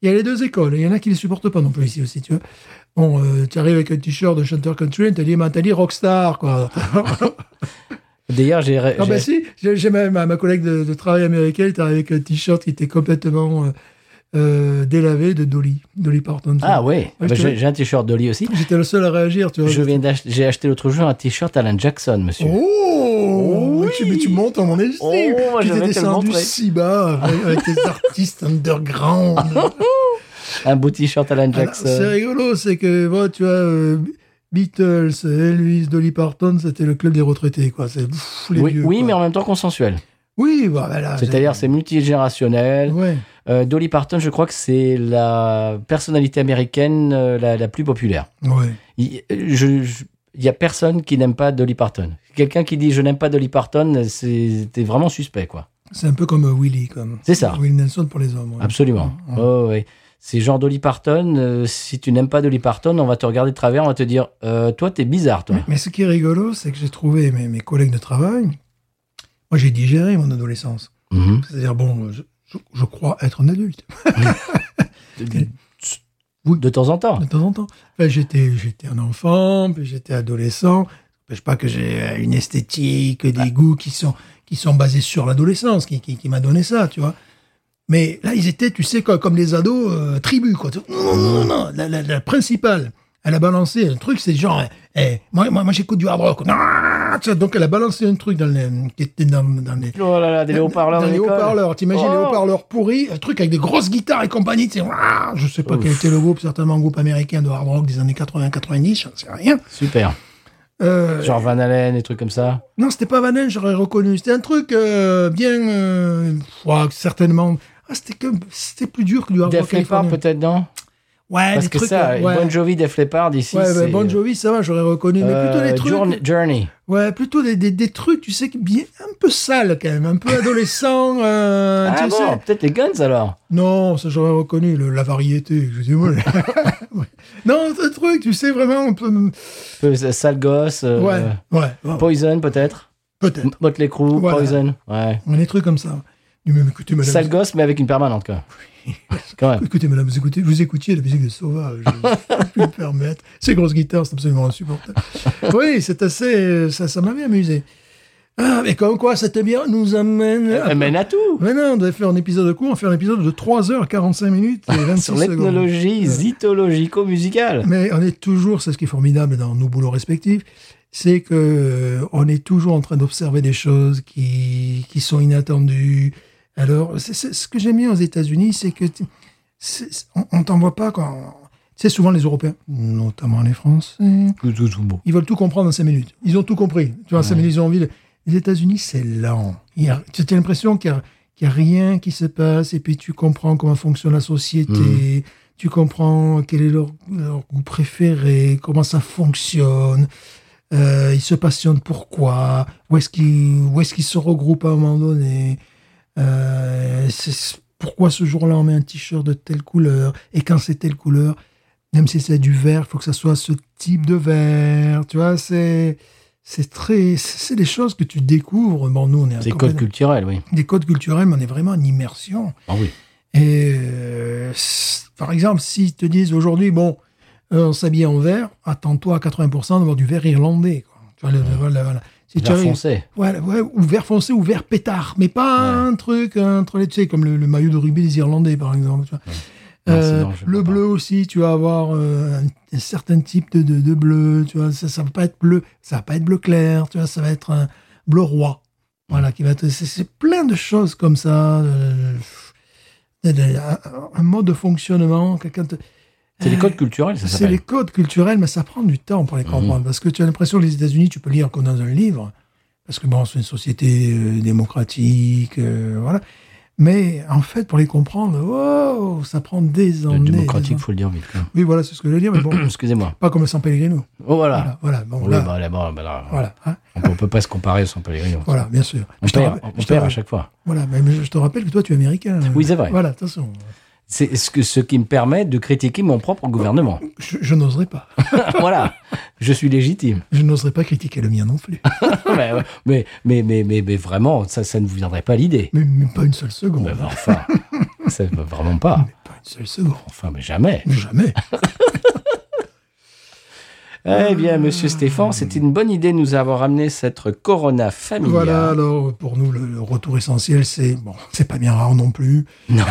Speaker 2: Il y a les deux écoles, il y en a qui les supportent pas non plus ici aussi, tu vois. Bon, euh, tu arrives avec un t-shirt de chanteur country, et t'as dit, mais t'as dit rockstar, quoi.
Speaker 1: D'ailleurs, j'ai. ré-
Speaker 2: Ah
Speaker 1: j'ai-
Speaker 2: bah si, j'ai j'ai ma, ma, ma collègue de, de travail américaine était avec un t-shirt qui était complètement euh, euh, délavé de Dolly, Dolly Parton.
Speaker 1: Ah ouais, Bah,
Speaker 2: Ouais, je te-
Speaker 1: j'ai j'ai un t-shirt d'Oli aussi.
Speaker 2: J'étais le seul à réagir, tu vois.
Speaker 1: Je viens d'acheter, j'ai acheté l'autre jour un t-shirt Alan Jackson, monsieur.
Speaker 2: Oh
Speaker 1: Oui.
Speaker 2: mais tu, mais tu montes en mon estime
Speaker 1: Oh, moi,
Speaker 2: Tu
Speaker 1: j'avais
Speaker 2: t'es
Speaker 1: te le
Speaker 2: descendu
Speaker 1: montrer.
Speaker 2: si bas avec, avec tes artistes underground.
Speaker 1: Ah, Un beau t-shirt Alan
Speaker 2: Alors,
Speaker 1: Jackson.
Speaker 2: Ah, C'est rigolo, c'est que bon, tu vois, euh, Beatles, Elvis, Dolly Parton, c'était le club des retraités, quoi. C'est pff, les
Speaker 1: oui,
Speaker 2: vieux.
Speaker 1: oui,
Speaker 2: quoi.
Speaker 1: mais en même temps consensuel.
Speaker 2: Oui, bah, voilà.
Speaker 1: C'est-à-dire, c'est multigénérationnel.
Speaker 2: Ouais.
Speaker 1: Euh, Dolly Parton, je crois que c'est la personnalité américaine euh, la, la plus populaire.
Speaker 2: Ouais.
Speaker 1: Il euh, n'y a personne qui n'aime pas Dolly Parton. Quelqu'un qui dit je n'aime pas Dolly Parton, c'est t'es vraiment suspect, quoi.
Speaker 2: C'est un peu comme euh, Willy, comme.
Speaker 1: C'est ça.
Speaker 2: Willie Nelson pour les hommes. ouais.
Speaker 1: Absolument.
Speaker 2: Ouais.
Speaker 1: Oh, ouais. C'est genre Dolly Parton. euh, si tu n'aimes pas Dolly Parton, on va te regarder de travers, on va te dire euh, toi, t'es bizarre, toi.
Speaker 2: Mais, mais ce qui est rigolo, c'est que j'ai trouvé mes, mes collègues de travail. Moi, j'ai digéré mon adolescence.
Speaker 1: Mhm.
Speaker 2: C'est-à-dire, bon, je- je- je crois être un adulte.
Speaker 1: De- de- De temps en temps.
Speaker 2: de temps en temps. Enfin, j'étais, j'étais un enfant, puis j'étais adolescent. Je sais pas que j'ai euh, une esthétique, des goûts qui sont, qui sont basés sur l'adolescence, qui, qui, qui m'a donné ça, tu vois. Mais là, ils étaient, tu sais, quoi, comme les ados, euh, tribus, quoi. Non, non, non, non, non. La, la- la principale, elle a balancé un truc, c'est genre, eh, eh, moi, moi, moi j'écoute du hard rock. Non, tu vois, donc, elle a balancé un truc dans les, qui était dans, dans les,
Speaker 1: Oh là là, des haut-parleurs.
Speaker 2: dans
Speaker 1: de
Speaker 2: les
Speaker 1: l'école.
Speaker 2: haut-parleurs, t'imagines les
Speaker 1: Oh.
Speaker 2: haut-parleurs pourris, un truc avec des grosses guitares et compagnie, tu sais, ouah, je sais pas
Speaker 1: Ouf.
Speaker 2: quel était le groupe, certainement un groupe américain de hard rock des années 80-90, j'en sais rien.
Speaker 1: Super.
Speaker 2: Euh,
Speaker 1: Genre Van Halen, des trucs comme ça.
Speaker 2: Non, c'était pas Van Halen, j'aurais reconnu, c'était un truc euh, bien, euh, ouah, certainement, ah, c'était que, c'était plus dur que du hard
Speaker 1: Def
Speaker 2: rock
Speaker 1: Leppard,
Speaker 2: californien.
Speaker 1: peut-être, non
Speaker 2: Ouais,
Speaker 1: Parce
Speaker 2: Eh, des
Speaker 1: que
Speaker 2: trucs,
Speaker 1: ça,
Speaker 2: euh, ouais.
Speaker 1: Bon Jovi, Def Leppard, ici,
Speaker 2: Ouais,
Speaker 1: c'est...
Speaker 2: ben, Bon Jovi, ça va, j'aurais reconnu, mais plutôt les
Speaker 1: euh,
Speaker 2: trucs,
Speaker 1: Journey- Journey.
Speaker 2: ouais, plutôt des, des, des trucs, tu sais, bien, un peu sales quand même, un peu adolescent, euh,
Speaker 1: Ah
Speaker 2: tu sais.
Speaker 1: bon, peut-être les Guns, alors
Speaker 2: Non, ça j'aurais reconnu, le- la variété, excusez-moi. Ouais. non, ce truc, tu sais, vraiment, on peut...
Speaker 1: Euh, Peu- Sale Gosse, euh,
Speaker 2: ouais, ouais, ouais,
Speaker 1: Poison, peut-être
Speaker 2: peut-être.
Speaker 1: Motley Crue,
Speaker 2: Voilà.
Speaker 1: Poison, ouais.
Speaker 2: Des trucs comme ça. Mais écoutez, madame,
Speaker 1: Sale Gosse, mais avec une permanente, quoi. Quand même.
Speaker 2: écoutez, madame, vous, écoutez, vous écoutiez la musique de Sauvage, je peux plus me permettre. Ces grosses guitares, c'est absolument insupportable. oui, c'est assez... euh, Ça, ça m'avait amusé. Ah, mais comme quoi, cette bière nous amène... à-
Speaker 1: Elle mène à tout
Speaker 2: Mais non, on devait faire un épisode de court, on va faire un épisode de 3h45 minutes et 26
Speaker 1: Sur
Speaker 2: secondes.
Speaker 1: l'ethnologie zytologico-musicale.
Speaker 2: Mais on est toujours, c'est ce qui est formidable dans nos boulots respectifs, c'est que euh, on est toujours en train d'observer des choses qui, qui sont inattendues. Alors, c'est c'est- ce que j'aime bien aux États-Unis, c'est que tu- c'est- c'est- on, on t'en voit pas quand. C'est souvent les Européens, notamment les Français. Ils veulent tout comprendre en 5 minutes. Ils ont tout compris. Tu vois, en 5 minutes, ils ont envie. de- Les États-Unis, c'est lent. Il y a- Tu as l'impression qu'il n'y a, qu'il y a rien qui se passe et puis tu comprends comment fonctionne la société. tu comprends quel est leur, leur goût préféré, comment ça fonctionne, euh, ils se passionnent pourquoi, où est-ce qu'ils où est-ce qu'ils se regroupent à un moment donné, euh, c'est- pourquoi ce jour-là on met un t-shirt de telle couleur, et quand c'est telle couleur, même si c'est du vert, il faut que ça soit ce type de vert, tu vois, c'est... C'est très, c'est des choses que tu découvres. Bon, nous, on est
Speaker 1: C'est
Speaker 2: encore
Speaker 1: code culturel, oui.
Speaker 2: des codes culturels, mais on est vraiment en immersion.
Speaker 1: Ah oui.
Speaker 2: Et euh, s- par exemple, s'ils te disent aujourd'hui, bon, euh, on s'habille en vert, attends-toi à 80% d'avoir du vert irlandais. quoi. Tu vois, le- le- voilà, voilà. Si tu
Speaker 1: Vert
Speaker 2: arrives-
Speaker 1: foncé.
Speaker 2: voilà, ouais, ou vert foncé ou vert pétard, mais pas
Speaker 1: Ouais.
Speaker 2: un truc entre les, tu sais, comme le, le maillot de rugby des Irlandais, par exemple. tu vois.
Speaker 1: Non,
Speaker 2: Euh,
Speaker 1: sinon, je
Speaker 2: le
Speaker 1: comprends.
Speaker 2: bleu aussi, tu vas avoir euh, un, un certain type de, de, de bleu, tu vois, ça, ça va pas être bleu, ça va pas être bleu clair, tu vois, ça va être un bleu roi. Voilà, qui va être, c'est, c'est plein de choses comme ça, euh, de- de- un, un mode de fonctionnement, quelqu'un te-
Speaker 1: C'est les codes culturels, ça
Speaker 2: Euh, c'est
Speaker 1: s'appelle.
Speaker 2: les
Speaker 1: Mhm.
Speaker 2: codes culturels, mais ça prend du temps pour les comprendre. Parce que tu as l'impression que les États-Unis, tu peux lire comme dans un livre. Parce que bon, c'est une société euh, démocratique, euh, voilà. Mais en fait, pour les comprendre, wow, ça prend des
Speaker 1: De
Speaker 2: années.
Speaker 1: démocratique,
Speaker 2: des
Speaker 1: faut le dire vite. hein.
Speaker 2: années. Oui, voilà, c'est ce que je veux dire, mais bon,
Speaker 1: Excusez-moi.
Speaker 2: pas comme San Pellegrino.
Speaker 1: Oh, voilà.
Speaker 2: Voilà, voilà, bon,
Speaker 1: Oui,
Speaker 2: là,
Speaker 1: bah, là, bon, bah, là,
Speaker 2: voilà, hein,
Speaker 1: On peut- on peut pas se comparer sans Pellegrino.
Speaker 2: voilà, bien sûr.
Speaker 1: On
Speaker 2: Je te
Speaker 1: perd,
Speaker 2: rappelle-
Speaker 1: on
Speaker 2: je te
Speaker 1: perd à
Speaker 2: rappelle-
Speaker 1: chaque fois.
Speaker 2: Voilà, mais je te rappelle que toi, tu es américain.
Speaker 1: Oui, c'est vrai.
Speaker 2: Voilà, attention,
Speaker 1: C'est ce, que- ce qui me permet de critiquer mon propre gouvernement.
Speaker 2: je, je n'oserais pas.
Speaker 1: voilà, je suis légitime.
Speaker 2: Je n'oserais pas critiquer le mien non plus.
Speaker 1: mais, mais, mais, mais, mais- mais vraiment, ça, ça ne vous viendrait pas à l'idée.
Speaker 2: mais, mais pas une seule seconde.
Speaker 1: Mais enfin, ça, vraiment pas.
Speaker 2: Mais pas une seule seconde.
Speaker 1: Enfin, mais jamais.
Speaker 2: Mais jamais.
Speaker 1: Eh bien, monsieur Stéphane, c'était une bonne idée de nous avoir amené cette Corona familiale.
Speaker 2: Voilà, alors pour nous, le, le retour essentiel, c'est bon, c'est pas bien rare non plus.
Speaker 1: Non.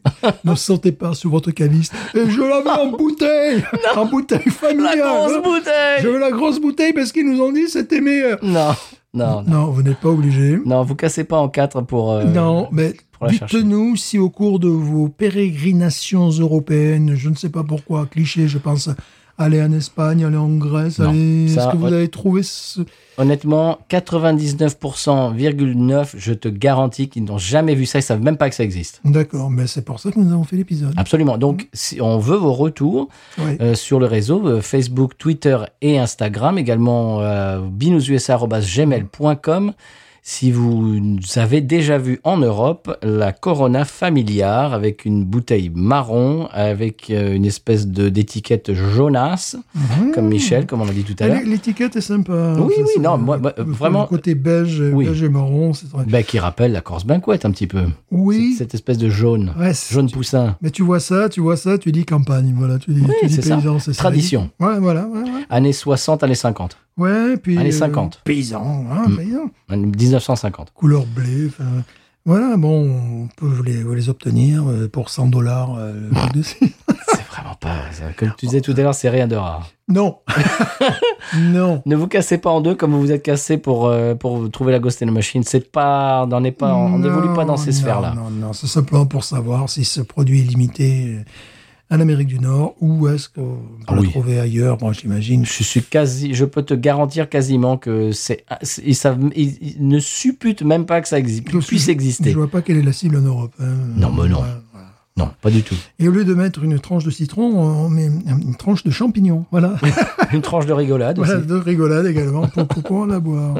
Speaker 2: ne sentez pas sur votre caviste. Et je la veux en bouteille En bouteille
Speaker 1: La
Speaker 2: familiale
Speaker 1: grosse
Speaker 2: hein.
Speaker 1: bouteille
Speaker 2: Je veux la grosse bouteille parce qu'ils nous ont dit que c'était meilleur.
Speaker 1: Non, non, non.
Speaker 2: vous n'êtes pas obligé.
Speaker 1: Non, vous cassez pas en quatre pour... euh,
Speaker 2: non, mais
Speaker 1: pour la chercher.
Speaker 2: dites-nous si au cours de vos pérégrinations européennes, je ne sais pas pourquoi, cliché, je pense, aller en Espagne, aller en Grèce,
Speaker 1: Non,
Speaker 2: aller...
Speaker 1: ça,
Speaker 2: Est-ce que vous
Speaker 1: ouais.
Speaker 2: avez trouvé ce...
Speaker 1: Honnêtement, 99,9%, je te garantis qu'ils n'ont jamais vu ça, ils savent même pas que ça existe.
Speaker 2: D'accord, mais c'est pour ça que nous avons fait l'épisode.
Speaker 1: Absolument. Donc, si on veut vos retours
Speaker 2: Ouais.
Speaker 1: euh, sur le réseau euh, Facebook, Twitter et Instagram, également euh, binoususa@gmail.com. Si vous avez déjà vu en Europe la Corona familiar avec une bouteille marron, avec euh, une espèce de d'étiquette jaunasse,
Speaker 2: Mhm.
Speaker 1: euh, comme Michel, comme on l'a dit tout à l'heure,
Speaker 2: Elle- L'étiquette est sympa. hein,
Speaker 1: Oui,
Speaker 2: Ça,
Speaker 1: oui,
Speaker 2: c'est
Speaker 1: non,
Speaker 2: le-
Speaker 1: moi, moi,
Speaker 2: le- le
Speaker 1: vraiment-
Speaker 2: côté beige,
Speaker 1: Oui.
Speaker 2: beige et marron, c'est vrai.
Speaker 1: bah, qui rappelle la Corse Banquette un petit peu.
Speaker 2: Oui,
Speaker 1: Cette- Cette espèce de jaune,
Speaker 2: ouais, c'est-
Speaker 1: jaune poussin.
Speaker 2: mais tu vois ça, tu vois ça, tu dis campagne, voilà, tu dis, tu dis
Speaker 1: c'est ça.
Speaker 2: paysan, c'est ça.
Speaker 1: Tradition.
Speaker 2: Ouais, voilà, ouais, ouais.
Speaker 1: Années 60, années 50,
Speaker 2: Ouais, puis.
Speaker 1: Années
Speaker 2: euh,
Speaker 1: 50.
Speaker 2: paysan, hein,
Speaker 1: Mm.
Speaker 2: paysan.
Speaker 1: 1950.
Speaker 2: Couleur blé, enfin. Voilà, bon, on peut les, les obtenir euh, pour 100 dollars. euh,
Speaker 1: C'est vraiment pas. ça. Comme tu disais tout à l'heure, c'est rien de rare.
Speaker 2: non, non.
Speaker 1: Ne vous cassez pas en deux comme vous vous êtes cassé pour, euh, pour trouver la Ghost in the Machine. C'est pas, on n'est pas, on n'évolue pas dans ces
Speaker 2: Non,
Speaker 1: sphères-là.
Speaker 2: Non, non, c'est simplement pour savoir si ce produit est limité euh, en Amérique du Nord ou est-ce qu'on peut
Speaker 1: Ah oui.
Speaker 2: le trouver ailleurs, bon, j'imagine.
Speaker 1: Je suis quasi, je peux te garantir quasiment que c'est, ils savent, ils, ils ne supputent même pas que ça existe,
Speaker 2: Je-
Speaker 1: puisse
Speaker 2: Je
Speaker 1: exister.
Speaker 2: vois pas quelle est la cible en Europe. hein.
Speaker 1: Non, mais non.
Speaker 2: Ouais, voilà.
Speaker 1: Non, pas du tout.
Speaker 2: Et au lieu de mettre une tranche de citron, on met une tranche de champignon. Voilà,
Speaker 1: Une tranche de rigolade.
Speaker 2: voilà
Speaker 1: aussi.
Speaker 2: de rigolade également pour pour pouvoir la boire.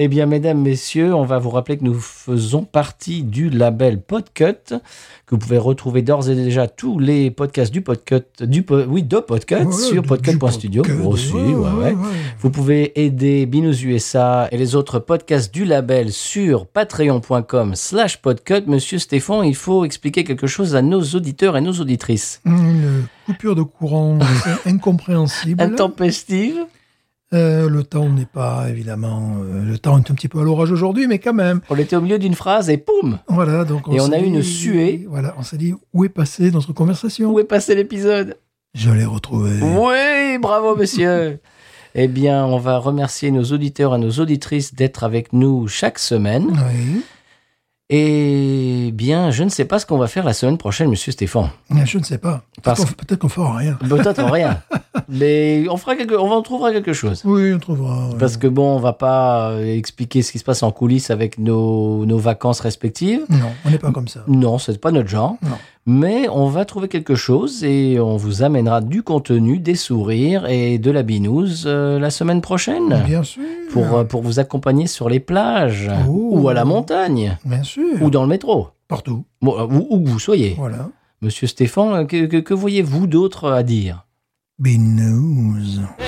Speaker 1: Eh bien, mesdames, messieurs, on va vous rappeler que nous faisons partie du label Podcut, que vous pouvez retrouver d'ores et déjà tous les podcasts du Podcut, du, po- oui, de Podcut
Speaker 2: Voilà,
Speaker 1: sur
Speaker 2: du- du
Speaker 1: podcut.studio.
Speaker 2: podcast.
Speaker 1: Aussi,
Speaker 2: Ouais,
Speaker 1: ouais, ouais.
Speaker 2: ouais.
Speaker 1: Vous pouvez aider Binous USA et les autres podcasts du label sur patreon.com slash podcut. Monsieur Stéphane, il faut expliquer quelque chose à nos auditeurs et nos auditrices.
Speaker 2: Une coupure de courant c'est incompréhensible.
Speaker 1: Intempestive
Speaker 2: Euh, le temps n'est pas, évidemment, euh, le temps est un petit peu à l'orage aujourd'hui, mais quand même.
Speaker 1: On était au milieu d'une phrase et poum
Speaker 2: Voilà, donc
Speaker 1: Et on
Speaker 2: s'est
Speaker 1: a eu une
Speaker 2: dit-
Speaker 1: suée.
Speaker 2: Voilà, on s'est dit où est passée notre conversation.
Speaker 1: Où est passé l'épisode
Speaker 2: Je l'ai retrouvée.
Speaker 1: Oui, bravo monsieur. Eh bien, on va remercier nos auditeurs et nos auditrices d'être avec nous chaque semaine.
Speaker 2: Oui.
Speaker 1: Et bien, je ne sais pas ce qu'on va faire la semaine prochaine, monsieur Stéphane.
Speaker 2: Mais Je ne sais pas. Peut-être
Speaker 1: Parce-
Speaker 2: qu'on- Peut-être qu'on fera rien.
Speaker 1: Peut-être rien. Mais on fera quelque, on en trouvera quelque chose.
Speaker 2: Oui, on trouvera. ouais.
Speaker 1: Parce que bon, on va pas euh, expliquer ce qui se passe en coulisses avec nos, nos vacances respectives.
Speaker 2: Non, on n'est pas comme ça.
Speaker 1: Non, c'est pas notre genre.
Speaker 2: Non.
Speaker 1: Mais on va trouver quelque chose et on vous amènera du contenu, des sourires et de la binouse euh, la semaine prochaine.
Speaker 2: Bien sûr.
Speaker 1: Pour, euh, pour vous accompagner sur les plages
Speaker 2: Oh.
Speaker 1: ou à la montagne
Speaker 2: Bien sûr.
Speaker 1: ou dans le métro,
Speaker 2: Partout.
Speaker 1: Bon, euh, où, où que vous soyez. euh,
Speaker 2: Voilà.
Speaker 1: Monsieur Stéphane, que, que- que voyez-vous d'autre à dire
Speaker 2: Binous.
Speaker 1: Eh